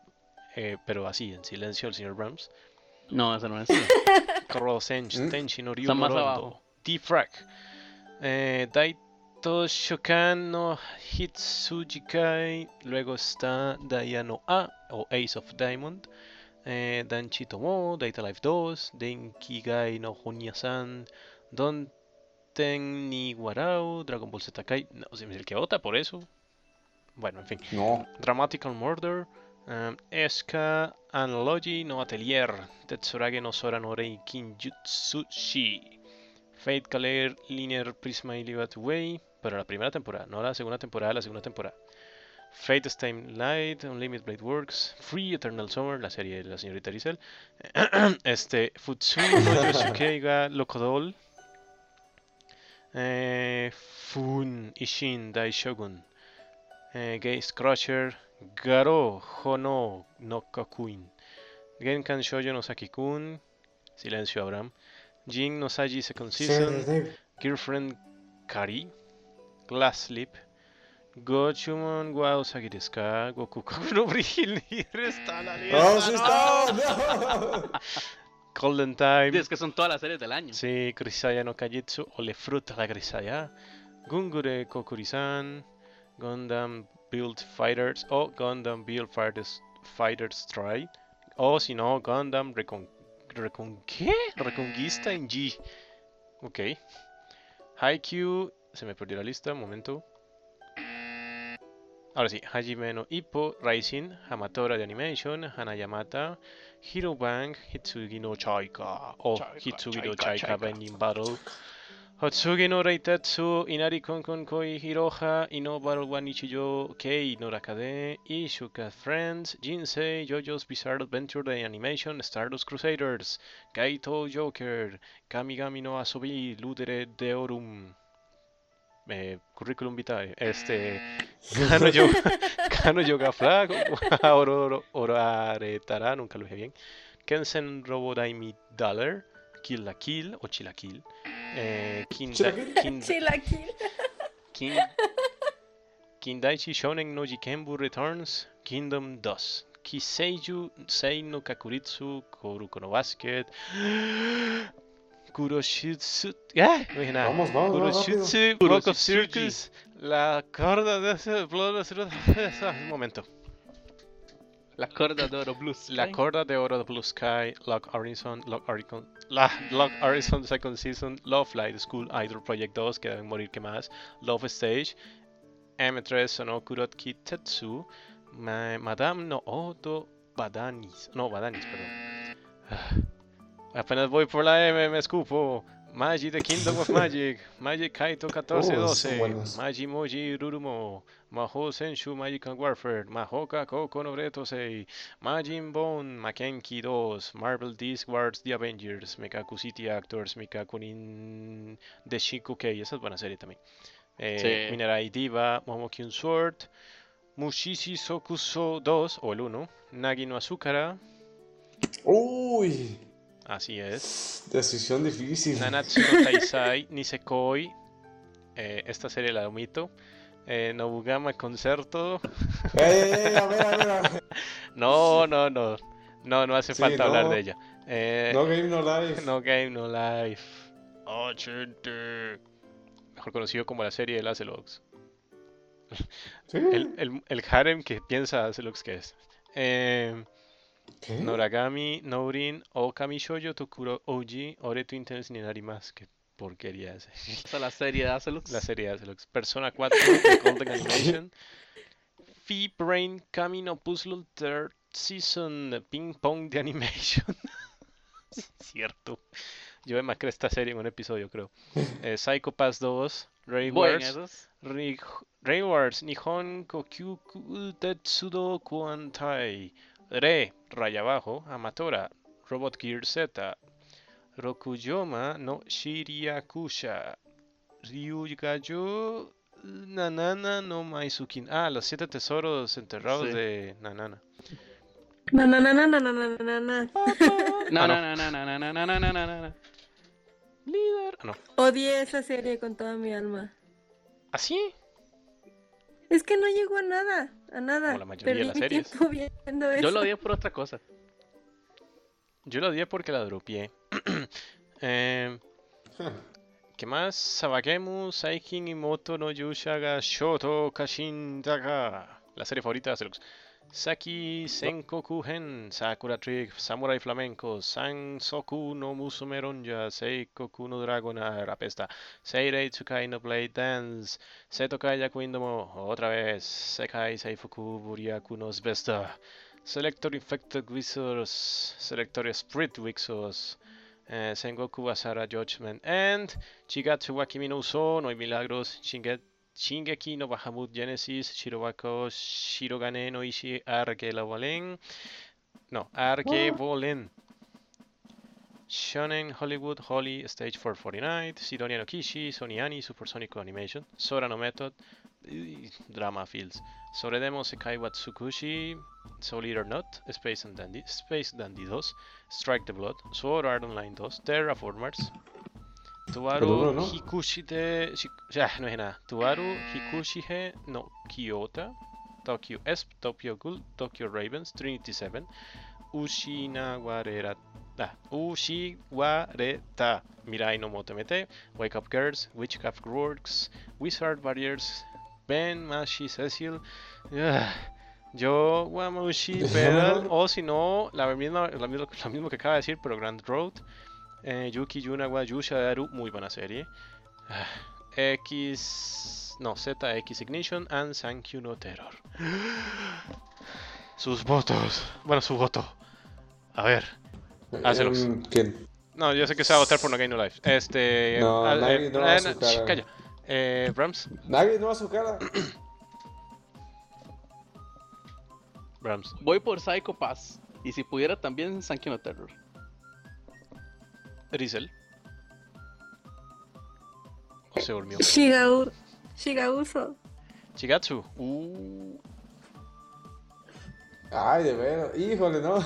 Speaker 3: eh, pero así, en silencio, el señor Brahms.
Speaker 5: No, esa no es.
Speaker 3: Cross Edge,
Speaker 2: ¿Mm?
Speaker 3: Tenshin
Speaker 5: Está más abajo.
Speaker 3: T-Frag. Eh, Daito Shokan no Hitsujikai. Luego está Dayano A o Ace of Diamond. Eh, Danchi Tomo, Data Life 2, Denkigai no Junya-san, Donten ni Warao, Dragon Ball Z Kai. No, si me el que vota por eso. Bueno, en fin.
Speaker 2: No.
Speaker 3: Dramatical Murder, um, Eska Analogy no Atelier, Tetsurage no Sora no Rei Kinjutsu Shi, Fate Caler Linear Prisma y Live Way, pero la primera temporada, no la segunda temporada, la segunda temporada. Fate Time Light, Unlimited Blade Works, Free Eternal Summer, la serie de la señorita Rizel, este, Futsui no Yoshikei ga Lokodol, eh, Fun Ishin Dai Shogun, eh, Gaze Crusher, Garo Hono no Kakuin, Genkan Shoujo no Saki-kun, Silencio Abraham, Jin no Saji Second Season, Girlfriend Kari, Glass Slip, Gochumon wa Usagi desu ka? Goku no Brill está en la lista.
Speaker 5: Ah,
Speaker 2: ¡Oh, sí está! ¡No!
Speaker 3: Golden Time,
Speaker 5: es que son todas las series del año.
Speaker 3: sí, Grisaya no Kajitsu, o Le Fruta la Grisaya, Gungure Kokurisan, Gundam Build Fighters o Gundam Build Fighters, Fighters Try, o si no, Gundam Recon... Recon ¿qué? Reconquista en G. Ok. Haikyuu, se me perdió la lista, un momento. Ahora sí, Hajime no Ippo, Rising, Hamatora de Animation, Hanayamata, Hero Bank, Hitsugi no Chaika, o Hitsugi no Chaika Bending Battle, Hotsugi no Reitatsu, Inari Konkon Koi Hiroha, Inobaro wa Nichiyo Kei no Rakade, Ishuka Friends, Jinsei, JoJo's Bizarre Adventure de Animation, Stardust Crusaders, Kaito Joker, Kamigami no Asobi, Ludere Deorum. Eh, curriculum vitae. Este. Kano Yoga, Kano Yoga Flag, Ororo- Oraretara, nunca lo dije bien. Kensen Robodaimi Dollar, Kill la Kill o Chilaquil. Eh, Kinda, Kinda,
Speaker 1: Chilaquil.
Speaker 3: Kin, Kindaichi Shonen no Jikenbu Returns, Kingdom Dust. Kiseiju Sei no Kakuritsu, Koruko no Basket, Kuroshitsu. ¡Ah! No dije nada.
Speaker 2: Vamos, vamos, vamos,
Speaker 3: Kuroshitsu,
Speaker 5: rápido.
Speaker 3: Rock of Circus, la corda de ese. Blood of Circus- Un momento.
Speaker 5: La corda de oro blues.
Speaker 3: La
Speaker 5: ¿sí?
Speaker 3: corda de oro de Blue Sky, Lock Horizon, Lock Horizon, la, Lock
Speaker 2: Ah.
Speaker 3: Horizon Second Season, Love Flight School, Idol Project 2, que deben morir quemadas, Love Stage, M3 Sonokuro Kitetsu, Ma- Madame no Oto Badanis, no Badanis, perdón. Ah, Apenas voy por la M, me escupo. Magic the Kingdom of Magic, Magic Kaito
Speaker 2: Oh, son
Speaker 3: 1412,
Speaker 2: buenos.
Speaker 3: Magic Moji Rurumo, Mahou Senshu Magic and Warfare, Mahoka Koko no Bretosei, Majin Bone, Makenki 2, Marvel Disc Wars, The Avengers, Mikaku City Actors, Mikaku Nin de Shikukei, esa es buena serie también. Eh,
Speaker 5: Sí.
Speaker 3: Minerai Diva, Momokyun Sword, Mushishi Sokuso 2 o el 1, Nagi no Azúcara,
Speaker 2: Uy,
Speaker 3: así es.
Speaker 2: decisión difícil.
Speaker 3: Nanatsu no Taisai, Nisekoi, eh, esta serie la omito. Eh, Nobugama Concerto.
Speaker 2: Eh, eh, eh, a ver, a ver, a ver.
Speaker 3: No, no, no. No, no hace
Speaker 2: Sí,
Speaker 3: falta hablar
Speaker 2: no.
Speaker 3: de ella. Eh,
Speaker 2: No game, no life.
Speaker 3: No Game No Life. Ochenta. Mejor conocido como la serie de Lacelox.
Speaker 2: Sí.
Speaker 3: El, el, el harem que piensa Lacelox que es. Eh,
Speaker 2: ¿Qué?
Speaker 3: Noragami, Nourin, Okami Shoujo, Tokuro Oji, Oreto Intense, Ninari más. Qué porquería ese.
Speaker 5: Esa es la serie de Azelux.
Speaker 3: La serie de Azelux. Persona 4, The Golden Animation. Fee Brain Camino Puzzle Third Season Ping Pong de Animation. Cierto. Yo me macré esta serie en un episodio, creo. Eh, Psycho Pass 2, Ray
Speaker 5: Bueno,
Speaker 3: Wars,
Speaker 5: esos.
Speaker 3: Rig- Ray Wars, Nihon Kokyu Tetsudo Kuantai, Re, Raya Abajo, Amatora, Robot Gear Z, Rokuyoma no Shiriakusha, Ryugayo Nanana no Maizukin. Ah, los siete tesoros enterrados
Speaker 5: Sí.
Speaker 3: de Nanana.
Speaker 1: No, no, no, no, no, no, no, no, no.
Speaker 5: No,
Speaker 3: Ah,
Speaker 5: no,
Speaker 3: no.
Speaker 5: no, no, no, no, no, no, no, no, no, no.
Speaker 3: Líder. Ah, no.
Speaker 1: Odié esa serie con toda mi alma.
Speaker 3: ¿Así?
Speaker 1: Es que no llegó a nada, a nada.
Speaker 3: Como la mayoría de
Speaker 1: Perdí
Speaker 3: las
Speaker 1: mi
Speaker 3: series.
Speaker 1: tiempo viendo eso.
Speaker 5: Yo lo odié por otra cosa.
Speaker 3: Yo la odié porque la dropié. eh, ¿Qué más? Sabagemu, Saikin, Imoto, no Yushaga, Shoto, Kashin, Daga. La serie favorita de Acelux. Saki, Senkoku Hen, Sakura Trick, Samurai Flamenco, Sansoku no Musume Ronja, Seikoku no Dragonar, apesta, Seirei Tsukai no Blade Dance, Setokai Yakuindomo, otra vez, Sekai Seifuku Buriaku no Svesta, Selector Infected Wizards, Selector Spirit Wixos, eh, Sengoku Basara Judgment, and Shigatsu wa Kimi no Uso, No hay Milagros, Shinge- Shingeki no Bahamut Genesis, Shirobako, Shirogane no Ishi, Arke Labolen, no, Arke Bolen, Shonen Hollywood Holly Stage 449, Sidonia no Kishi, Soniani, Supersonic Animation, Sora no Method, y Drama Fields, Soredemo Sekai wa Tsukushi, Soul Eater Not, Space and Dandy, Space Dandy 2, Strike the Blood, Sword Art Online 2, Terraformers, Tuaru
Speaker 2: uno no.
Speaker 3: Hikushite, Shik- ya, no es nada, Tuaru Hikushige no Kyoto, Tokyo Esp, Tokyo Ghoul, Tokyo Ravens, Trinity 7, Ushinawareta, ah, Ushiwareta, Mirai no Motomete, Wake Up Girls, Witchcraft Works, Wizard Barriers, Ben Mashi Cecil, ah, yo Wamushi Pedal, o si no, la misma, la misma- lo mismo que acaba de decir, pero Grand Road, eh, Yuki Yunawa Yusha Daru, muy buena serie. Ah, X. No, ZX Ignition and Sankyu no Terror. Sus votos. Bueno, su voto. A ver. Hazlos.
Speaker 2: Em, ¿Quién?
Speaker 3: No, yo sé que se va a votar por No Game No Life. Este.
Speaker 2: No,
Speaker 3: ah,
Speaker 2: nadie- no va a
Speaker 3: ah,
Speaker 2: su
Speaker 3: sh,
Speaker 2: cara.
Speaker 3: calla. Eh, Brahms.
Speaker 2: Nadie no a su cara.
Speaker 3: Brahms.
Speaker 5: Voy por Psycho Pass. Y si pudiera también Sankey no Terror.
Speaker 3: Rizel. O se durmió.
Speaker 1: Shigau... Shigauso.
Speaker 3: Shigatsu. Uh,
Speaker 2: Ay, de veras. Híjole, no.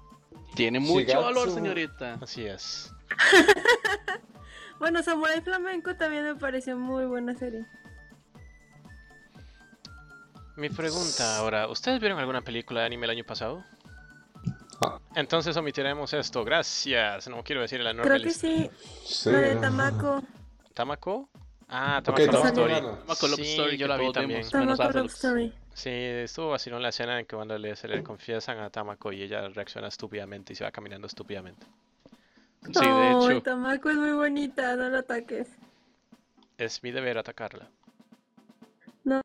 Speaker 5: Tiene mucho
Speaker 2: Shigatsu.
Speaker 5: valor, señorita.
Speaker 3: así es.
Speaker 1: Bueno, Samurai Flamenco también me pareció muy buena serie.
Speaker 3: Mi pregunta ahora: ¿Ustedes vieron alguna película de anime el año pasado? Entonces omitiremos esto, gracias. No quiero decir la enorme
Speaker 1: Creo que
Speaker 3: lista.
Speaker 1: sí,
Speaker 2: Sí.
Speaker 1: la de Tamako.
Speaker 3: ¿Tamako? Ah,
Speaker 2: Ok,
Speaker 3: Tamako Love
Speaker 1: Tamako
Speaker 3: Story.
Speaker 2: Love
Speaker 5: Tamako Love
Speaker 3: Sí,
Speaker 5: Story,
Speaker 3: yo
Speaker 5: que
Speaker 3: la vi
Speaker 5: todos
Speaker 3: también.
Speaker 5: vemos. Menos
Speaker 1: Tamako
Speaker 5: Azelux.
Speaker 1: Love Story.
Speaker 3: Sí, estuvo vacilón la escena en que cuando le, se le confiesan a Tamako y ella reacciona estúpidamente y se va caminando estúpidamente.
Speaker 5: Sí, de
Speaker 1: Ay,
Speaker 5: hecho.
Speaker 1: Tamako es muy bonita, no la ataques.
Speaker 3: Es mi deber atacarla.
Speaker 1: No.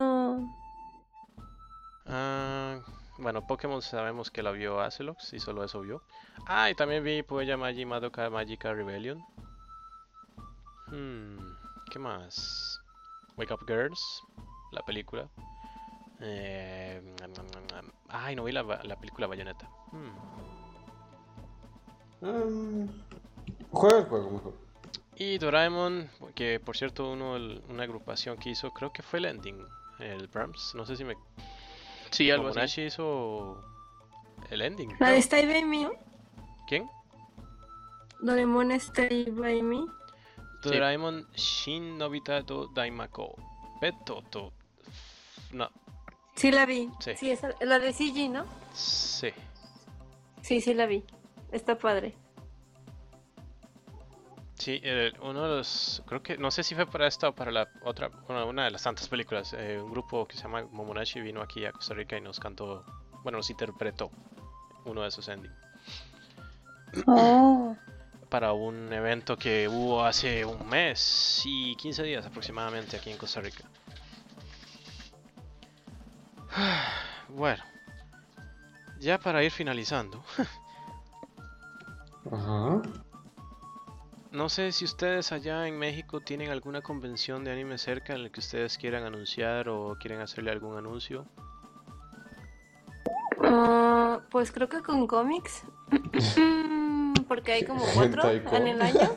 Speaker 3: Ah, bueno, Pokémon sabemos que la vio Acelox y solo eso vio. Ah, y también vi Puella Magi Madoka Magica Rebellion. Hmm, ¿qué más? Wake Up Girls, la película. Eh, nam, nam, nam, nam. Ay, no vi la, ba- la película Bayonetta. Hmm.
Speaker 2: Mm, juega el juego mejor.
Speaker 3: Y Doraemon, que por cierto, uno, el- una agrupación que hizo, creo que fue el ending, el Brahms. No sé si me.
Speaker 5: Sí, algo así.
Speaker 3: Kobayashi hizo el ending.
Speaker 1: La
Speaker 3: creo.
Speaker 1: de Stay By Me,
Speaker 3: ¿Quién?
Speaker 1: Doraemon Stay By Me.
Speaker 5: Sí.
Speaker 3: Doraemon Shin Nobita do Daimako. Beto to. No,
Speaker 1: Sí la vi.
Speaker 3: Sí.
Speaker 1: Sí, esa- la de CG, ¿no?
Speaker 3: sí.
Speaker 1: Sí, sí la vi. Está padre.
Speaker 3: Sí, el- uno de los. Creo que. No sé si fue para esta o para la otra. Bueno, una de las tantas películas. eh, un grupo que se llama Momonashi vino aquí a Costa Rica y nos cantó. Bueno, nos interpretó uno de esos endings.
Speaker 1: Oh.
Speaker 3: Para un evento que hubo hace un mes y 15 días aproximadamente aquí en Costa Rica. Bueno. Ya para ir finalizando.
Speaker 2: Ajá.
Speaker 3: No sé si ustedes allá en México tienen alguna convención de anime cerca en la que ustedes quieran anunciar o quieren hacerle algún anuncio.
Speaker 1: Ah, pues creo que con cómics. Mm, Porque hay como cuatro
Speaker 2: Hentai-con.
Speaker 1: en el año.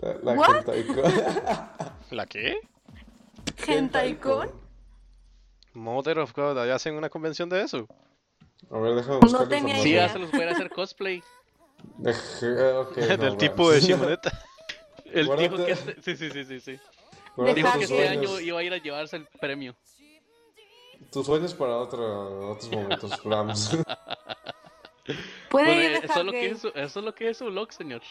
Speaker 2: La, la
Speaker 1: What?
Speaker 2: Gentaicon.
Speaker 3: ¿La qué?
Speaker 1: Gentaicon.
Speaker 3: Mother of God, allá hacen una convención de eso.
Speaker 2: A ver, déjame
Speaker 1: No
Speaker 2: buscar la
Speaker 1: tenía
Speaker 5: Sí,
Speaker 1: idea.
Speaker 2: información.
Speaker 5: Azelux puede hacer cosplay.
Speaker 2: Deje- ah, ok, no,
Speaker 3: Del
Speaker 2: bueno.
Speaker 3: tipo de Shimoneta.
Speaker 5: Él dijo
Speaker 2: Guárdate.
Speaker 5: que este... Sí, sí, sí, sí, sí.
Speaker 2: Guarda
Speaker 5: Dijo que
Speaker 2: tus
Speaker 5: este
Speaker 2: sueños.
Speaker 5: año iba a ir a llevarse el premio.
Speaker 2: Tus sueños para otro- otros momentos, Ramos.
Speaker 1: Puede
Speaker 5: Bueno,
Speaker 1: ir de
Speaker 5: Pues, eh, eso, es lo que
Speaker 1: Hawkeye.
Speaker 5: es su, eso es lo que es su blog, señor.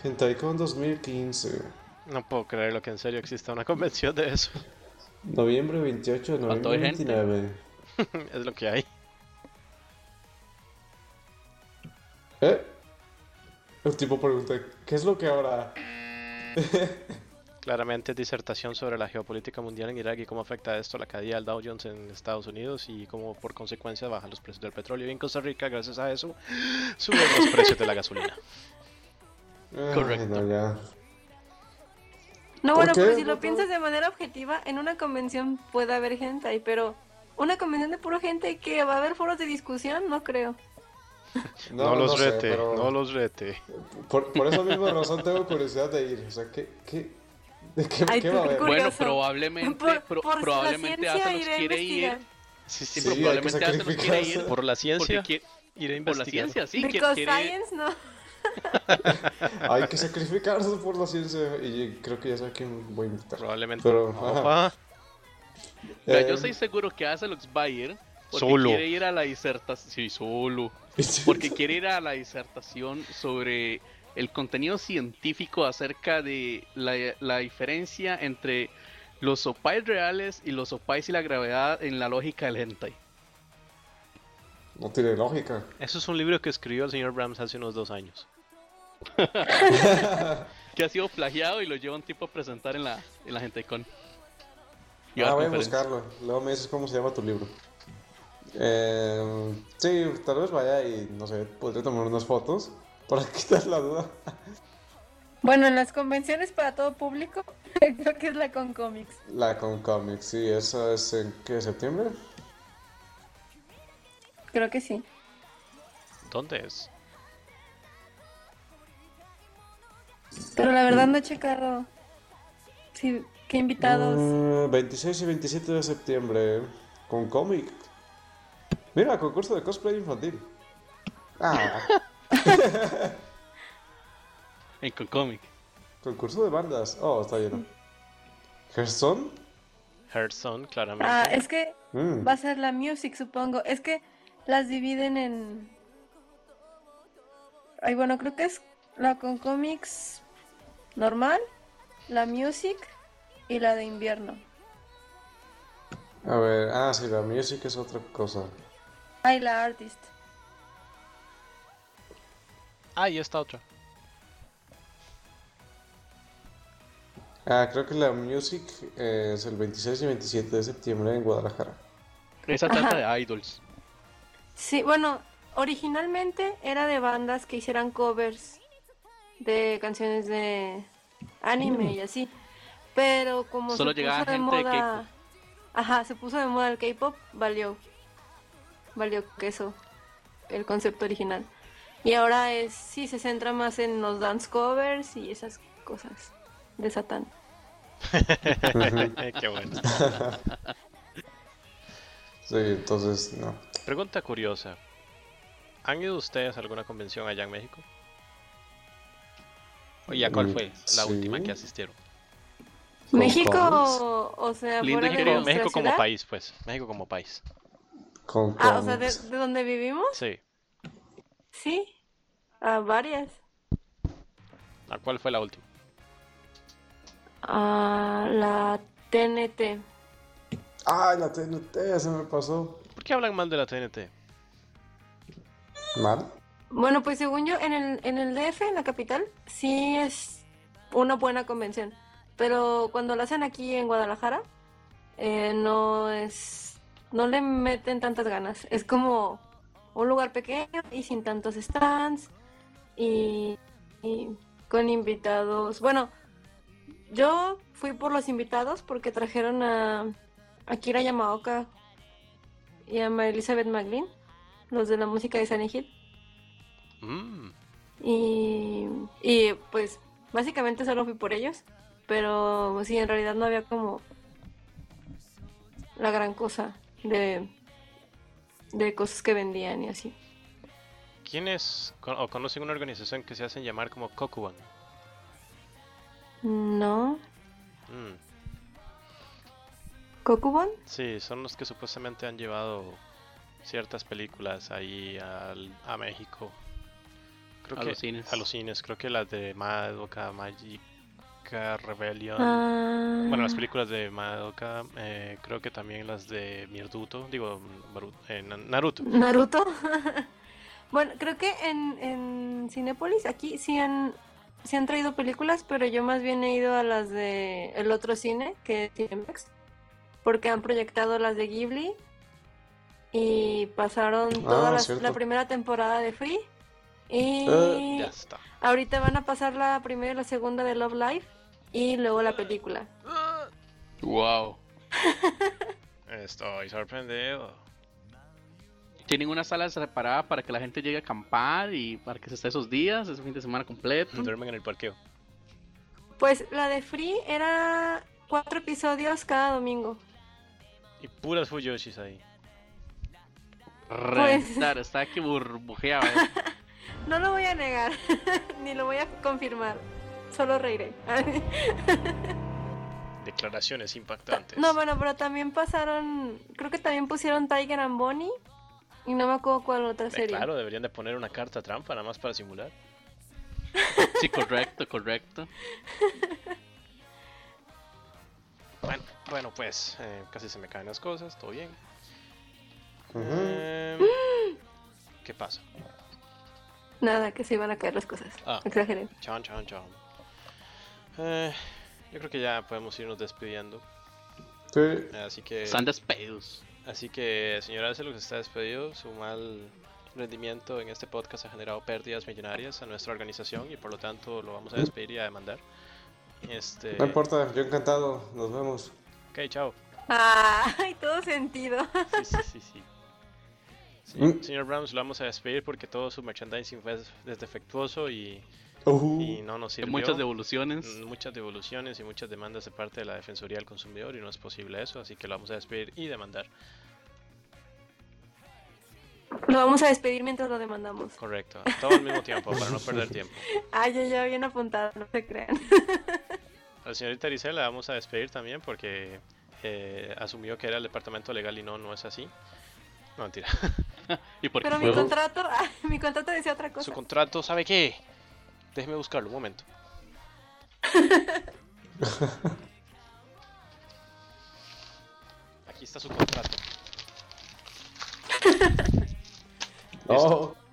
Speaker 2: Gentaicon 2015.
Speaker 3: No puedo creerlo que en serio exista una convención de eso.
Speaker 2: Noviembre 28,
Speaker 5: Faltó
Speaker 2: noviembre
Speaker 5: gente.
Speaker 2: 29.
Speaker 3: es lo que hay.
Speaker 2: ¿Eh? El tipo pregunta, ¿qué es lo que habrá?
Speaker 3: Claramente disertación sobre la geopolítica mundial en Irak y cómo afecta esto la caída del Dow Jones en Estados Unidos y cómo por consecuencia bajan los precios del petróleo y en Costa Rica gracias a eso suben los precios de la gasolina.
Speaker 2: Ay,
Speaker 5: Correcto.
Speaker 2: Eh, no, ya.
Speaker 1: No, bueno,
Speaker 2: ¿Por qué?
Speaker 1: pero si lo
Speaker 2: No,
Speaker 1: piensas de manera objetiva, en una convención puede haber hentai, pero una convención de puro gente que va a haber foros de discusión, no creo.
Speaker 3: No, los
Speaker 2: sé,
Speaker 3: rete,
Speaker 2: pero
Speaker 3: no los rete.
Speaker 2: por, por esa misma razón tengo curiosidad de ir. O sea, ¿qué, qué, de qué,
Speaker 1: Ay,
Speaker 2: qué
Speaker 1: tú,
Speaker 2: va a
Speaker 1: qué
Speaker 2: haber?
Speaker 1: curioso.
Speaker 5: Bueno, probablemente,
Speaker 1: Por,
Speaker 5: pro-
Speaker 1: por
Speaker 5: probablemente
Speaker 1: la ciencia
Speaker 5: Azelux
Speaker 1: iré a
Speaker 5: quiere ir.
Speaker 1: investigar.
Speaker 5: Sí,
Speaker 2: Sí,
Speaker 5: sí,
Speaker 2: hay
Speaker 5: pero
Speaker 2: que
Speaker 5: probablemente Azelux quiere
Speaker 2: sacrificarse.
Speaker 5: ir
Speaker 3: Por la
Speaker 5: porque
Speaker 3: ciencia
Speaker 5: quiere,
Speaker 3: iré a
Speaker 5: por la
Speaker 3: investigar.
Speaker 5: ciencia, sí, que
Speaker 1: Because
Speaker 5: quiere,
Speaker 1: science, no.
Speaker 2: Hay que sacrificarse por la ciencia. Y creo que ya sé a quién voy a invitar.
Speaker 3: Probablemente.
Speaker 2: Pero,
Speaker 3: no,
Speaker 2: ajá.
Speaker 3: pa.
Speaker 5: Mira,
Speaker 2: Eh,
Speaker 5: yo estoy seguro que Azelux va a ir porque
Speaker 3: Solo.
Speaker 5: quiere ir a la disertación. Sí, solo. Porque quiere ir a la disertación sobre el contenido científico acerca de la, la diferencia entre los sopais reales y los sopais y la gravedad en la lógica del hentai.
Speaker 2: No tiene lógica.
Speaker 3: Eso es un libro que escribió el señor Brahms hace unos dos años.
Speaker 5: Que ha sido plagiado y lo lleva un tipo a presentar en la, en la GenteCon. Y va
Speaker 2: Ah,
Speaker 5: a
Speaker 2: voy a
Speaker 5: conferencia.
Speaker 2: buscarlo. Luego me dices cómo se llama tu libro. Eh, sí, tal vez vaya y no sé, podría tomar unas fotos para quitar la duda.
Speaker 1: Bueno, en las convenciones para todo público, creo que es la con cómics.
Speaker 2: La con cómics, sí, esa es en qué, septiembre?
Speaker 1: Creo que sí.
Speaker 3: ¿Dónde es?
Speaker 1: Pero la verdad no he checado sí, qué invitados.
Speaker 2: Eh, 26 y 27 de septiembre. Con cómic. Mira, concurso de cosplay infantil. Ah,
Speaker 5: En Concomic.
Speaker 2: concurso de bandas. Oh, está lleno. ¿Gerson?
Speaker 3: Herzon, claramente.
Speaker 1: Ah, es que
Speaker 2: Mm.
Speaker 1: va a ser la music, supongo. Es que las dividen en. Ay, bueno, creo que es la con cómics normal, la music y la de invierno.
Speaker 2: A ver, ah, sí, la music es otra cosa.
Speaker 1: Ay, la artist.
Speaker 3: Ah, y esta otra.
Speaker 2: Ah, creo que la music eh, es el 26 y 27 de septiembre en Guadalajara.
Speaker 5: Esa trata de idols.
Speaker 1: Sí, bueno, originalmente era de bandas que hicieran covers de canciones de anime y así. Pero como
Speaker 5: Solo
Speaker 1: se
Speaker 5: llegaba
Speaker 1: puso de
Speaker 5: gente de
Speaker 1: moda. Ajá, se puso de moda el K-pop, valió. Valió queso el concepto original. Y ahora es sí se centra más en los dance covers y esas cosas de Satán.
Speaker 3: Qué bueno.
Speaker 2: Sí, entonces, no.
Speaker 3: Pregunta curiosa. ¿Han ido ustedes a alguna convención allá en México? ¿Y a cuál
Speaker 2: Mm,
Speaker 3: fue la
Speaker 2: sí.
Speaker 3: última que asistieron?
Speaker 2: ¿Con
Speaker 1: México, o sea,
Speaker 5: Lindo
Speaker 1: fuera
Speaker 5: y
Speaker 1: de
Speaker 5: querido,
Speaker 1: nuestra
Speaker 3: México como
Speaker 1: ciudad.
Speaker 3: país, pues. México como país.
Speaker 2: Con
Speaker 1: Ah, o sea, de,
Speaker 2: cómics.
Speaker 1: de donde vivimos,
Speaker 3: Sí.
Speaker 1: sí. A varias.
Speaker 3: ¿A cuál fue la última?
Speaker 1: A la TNT.
Speaker 2: Ay, la TNT se me pasó.
Speaker 3: ¿Por qué hablan mal de la TNT?
Speaker 2: ¿Mal?
Speaker 1: Bueno, pues según yo, en el, en el DF, en la capital, sí es una buena convención. Pero cuando la hacen aquí en Guadalajara, eh, no es. No le meten tantas ganas. Es como un lugar pequeño y sin tantos stands y, y con invitados. Bueno, yo fui por los invitados porque trajeron a Akira Yamaoka y a Mary Elizabeth McLean, los de la música de Sunny Hill.
Speaker 3: Mm,
Speaker 1: Y, y, pues básicamente solo fui por ellos, pero sí, en realidad no había como la gran cosa de, de cosas que vendían y así.
Speaker 3: ¿Quiénes con- o conocen una organización que se hacen llamar como Kokuban?
Speaker 1: No,
Speaker 3: Mm,
Speaker 1: Kokubon,
Speaker 3: sí, son los que supuestamente han llevado ciertas películas ahí al- a México. Creo
Speaker 5: A
Speaker 3: que
Speaker 5: los cines.
Speaker 3: a los cines, creo que las de Madoka Magica Rebellion.
Speaker 1: ah,
Speaker 3: Bueno, las películas de Madoka, eh, creo que también las de Mirduto, digo, Baru- eh, Na- Naruto.
Speaker 1: Naruto. bueno, creo que en, en Cinépolis aquí sí han, sí han traído películas, pero yo más bien he ido a las de el otro cine, que es Cinemex, porque han proyectado las de Ghibli y pasaron toda la-
Speaker 2: cierto.
Speaker 1: la primera temporada de Free. Y
Speaker 2: Eh,
Speaker 3: Ya está.
Speaker 1: ahorita van a pasar la primera y la segunda de Love Live y luego la película.
Speaker 5: Wow.
Speaker 3: Estoy sorprendido.
Speaker 5: Tienen una sala separada para que la gente llegue a acampar y para que se esté esos días, ese fin de semana completo.
Speaker 3: Duermen en el parqueo.
Speaker 1: Pues la de Free era cuatro episodios cada domingo.
Speaker 3: Y puras Fuyoshis ahí.
Speaker 5: Reventar, está ¿eh? que burbujea. ¿ves?
Speaker 1: No lo voy a negar, ni lo voy a confirmar. Solo reiré.
Speaker 3: Declaraciones impactantes.
Speaker 1: no, bueno, pero también pasaron. Creo que también pusieron Tiger and Bonnie. Y no me acuerdo cuál otra
Speaker 3: Eh,
Speaker 1: serie.
Speaker 3: claro, deberían de poner una carta trampa nada más para simular.
Speaker 5: Sí, correcto, correcto.
Speaker 3: Bueno, bueno pues, eh, casi se me caen las cosas, todo bien.
Speaker 2: Ujú.
Speaker 3: Em, ¿Qué pasa?
Speaker 1: Nada, que se iban a caer las cosas.
Speaker 3: Ah.
Speaker 1: Exageré.
Speaker 3: Chan, chan, chan. Eh, yo creo que ya podemos irnos despidiendo.
Speaker 2: Sí.
Speaker 3: Así que,
Speaker 5: Están despedidos.
Speaker 3: así que señora Arcelus está despedido. Su mal rendimiento en este podcast ha generado pérdidas millonarias a nuestra organización y por lo tanto lo vamos a despedir y a demandar. Este,
Speaker 2: No importa, yo encantado. Nos vemos.
Speaker 3: ok, chao.
Speaker 1: Ay, todo sentido.
Speaker 3: Sí, sí, sí, sí. Sí,
Speaker 2: Mm.
Speaker 3: Señor Browns, lo vamos a despedir porque todo su merchandising fue des- desdefectuoso y,
Speaker 2: Ujú.
Speaker 3: y no nos sirvió.
Speaker 5: Muchas devoluciones.
Speaker 3: Mm, muchas devoluciones y muchas demandas de parte de la Defensoría del Consumidor y no es posible eso, así que lo vamos a despedir y demandar.
Speaker 1: Lo vamos a despedir mientras lo demandamos.
Speaker 3: Correcto, todo al mismo tiempo para no perder tiempo.
Speaker 1: Ay, ya, ya, bien apuntado, no se crean.
Speaker 3: A la señorita Arisela la vamos a despedir también porque eh, asumió que era el departamento legal y no, no es así. No, mentira.
Speaker 5: ¿Y por qué?
Speaker 1: Pero mi
Speaker 4: Luego-
Speaker 1: contrato, mi contrato decía otra cosa.
Speaker 3: Su contrato, ¿sabe qué? Déjeme buscarlo, un momento. Aquí está su contrato. Oh.
Speaker 4: No,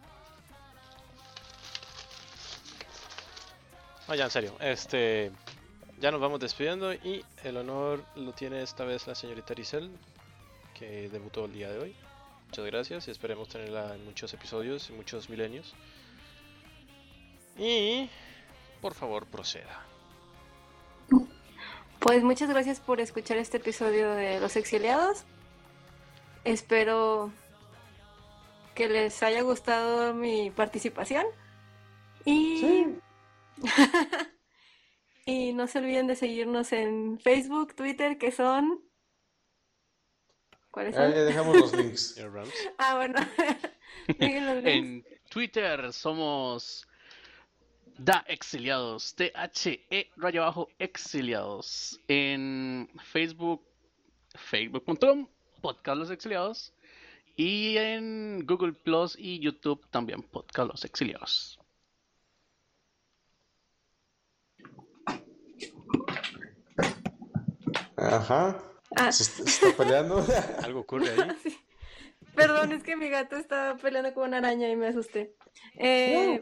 Speaker 3: No, ya en serio, este. Ya nos vamos despidiendo y el honor lo tiene esta vez la señorita Rizal, que debutó el día de hoy. Muchas gracias y esperemos tenerla en muchos episodios y muchos milenios. Y por favor proceda.
Speaker 1: Pues muchas gracias por escuchar este episodio de Los Exiliados. Espero que les haya gustado mi participación. Y... y no se olviden de seguirnos en Facebook, Twitter, que son... ¿Cuáles
Speaker 4: ahí
Speaker 2: Eh,
Speaker 1: son?
Speaker 4: le dejamos los links.
Speaker 3: Señor Rams.
Speaker 1: Ah, bueno. Siguen los links.
Speaker 5: En Twitter somos Da Exiliados, T-H-E rayo abajo Exiliados. En Facebook, facebook.com, Podcast Los Exiliados. Y en Google Plus y YouTube también, Podcast Los Exiliados.
Speaker 4: Ajá.
Speaker 1: Ah.
Speaker 4: Se está, se está peleando.
Speaker 3: Algo ocurre ahí.
Speaker 1: Sí. Perdón, es que mi gato estaba peleando con una araña y me asusté. Eh,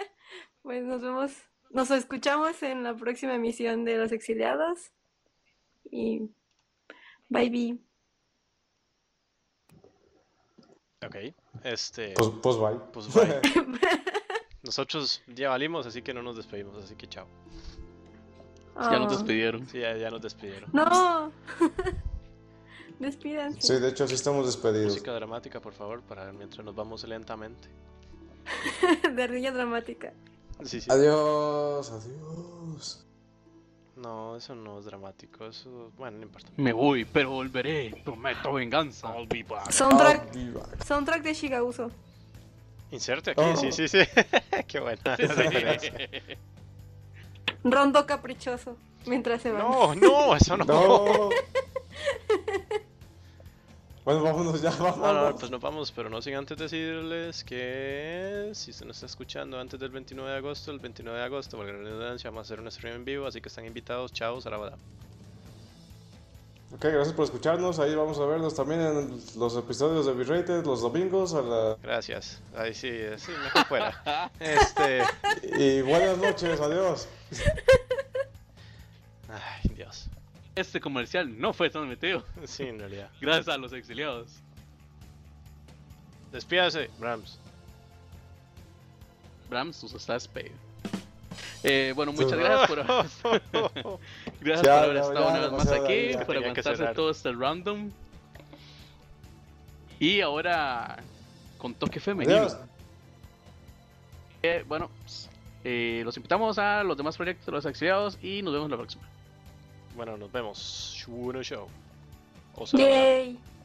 Speaker 1: pues nos vemos, nos escuchamos en la próxima emisión de Los Exiliados. Y bye bye.
Speaker 3: Ok, este.
Speaker 4: Pues, pues bye.
Speaker 3: Pues bye. Nosotros ya valimos, así que no nos despedimos, así que chao.
Speaker 5: Ya nos
Speaker 1: Ah.
Speaker 5: despidieron.
Speaker 3: Sí, ya, ya nos despidieron.
Speaker 1: No. Despídanse.
Speaker 4: Sí, de hecho, sí estamos despedidos.
Speaker 3: Música dramática, por favor, para mientras nos vamos lentamente.
Speaker 1: De ardilla dramática.
Speaker 3: Sí, sí.
Speaker 4: Adiós, adiós.
Speaker 3: No, eso no es dramático, eso... Bueno, no importa.
Speaker 5: Me voy, pero volveré. Prometo venganza. Ah,
Speaker 1: Soundtrack,
Speaker 4: I'll be back.
Speaker 1: soundtrack de Shigauso.
Speaker 3: Inserte aquí,
Speaker 4: Oh.
Speaker 3: sí, sí, sí. Qué buena. esa referencia.
Speaker 1: Rondo caprichoso. Mientras se van.
Speaker 3: No, no, eso no. No,
Speaker 4: No. bueno, vámonos ya, vámonos.
Speaker 3: no, pues nos vamos, pero no sin antes decirles que si se nos está escuchando antes del 29 de agosto, el 29 de agosto, por la redundancia, vamos a hacer un stream en vivo, así que están invitados. Chao, Sarabada.
Speaker 4: Ok, gracias por escucharnos. Ahí vamos a vernos también en los episodios de V-Rated los domingos a la...
Speaker 3: Gracias. Ahí sí, sí, mejor fuera. Este.
Speaker 4: Y buenas noches, adiós.
Speaker 3: Ay, Dios.
Speaker 5: Este comercial no fue transmitido.
Speaker 3: Sí, en realidad.
Speaker 5: Gracias a los exiliados.
Speaker 3: Despídase, Brahms.
Speaker 5: Brams, usted está despedido. Eh, bueno, muchas gracias por haber Gracias
Speaker 4: Ya,
Speaker 5: por haber
Speaker 4: ya,
Speaker 5: estado
Speaker 4: ya,
Speaker 5: una vez más
Speaker 4: demasiado
Speaker 5: aquí,
Speaker 4: ya.
Speaker 5: por
Speaker 3: Tenía que
Speaker 5: aguantarse
Speaker 3: cerrar.
Speaker 5: todo este random. Y ahora, con toque femenino.
Speaker 4: Adiós.
Speaker 5: Eh, bueno, pues, eh, los invitamos a los demás proyectos de los exiliados y nos vemos la próxima.
Speaker 3: Bueno, nos vemos. Bueno, show. O Sarabada.
Speaker 1: Yay.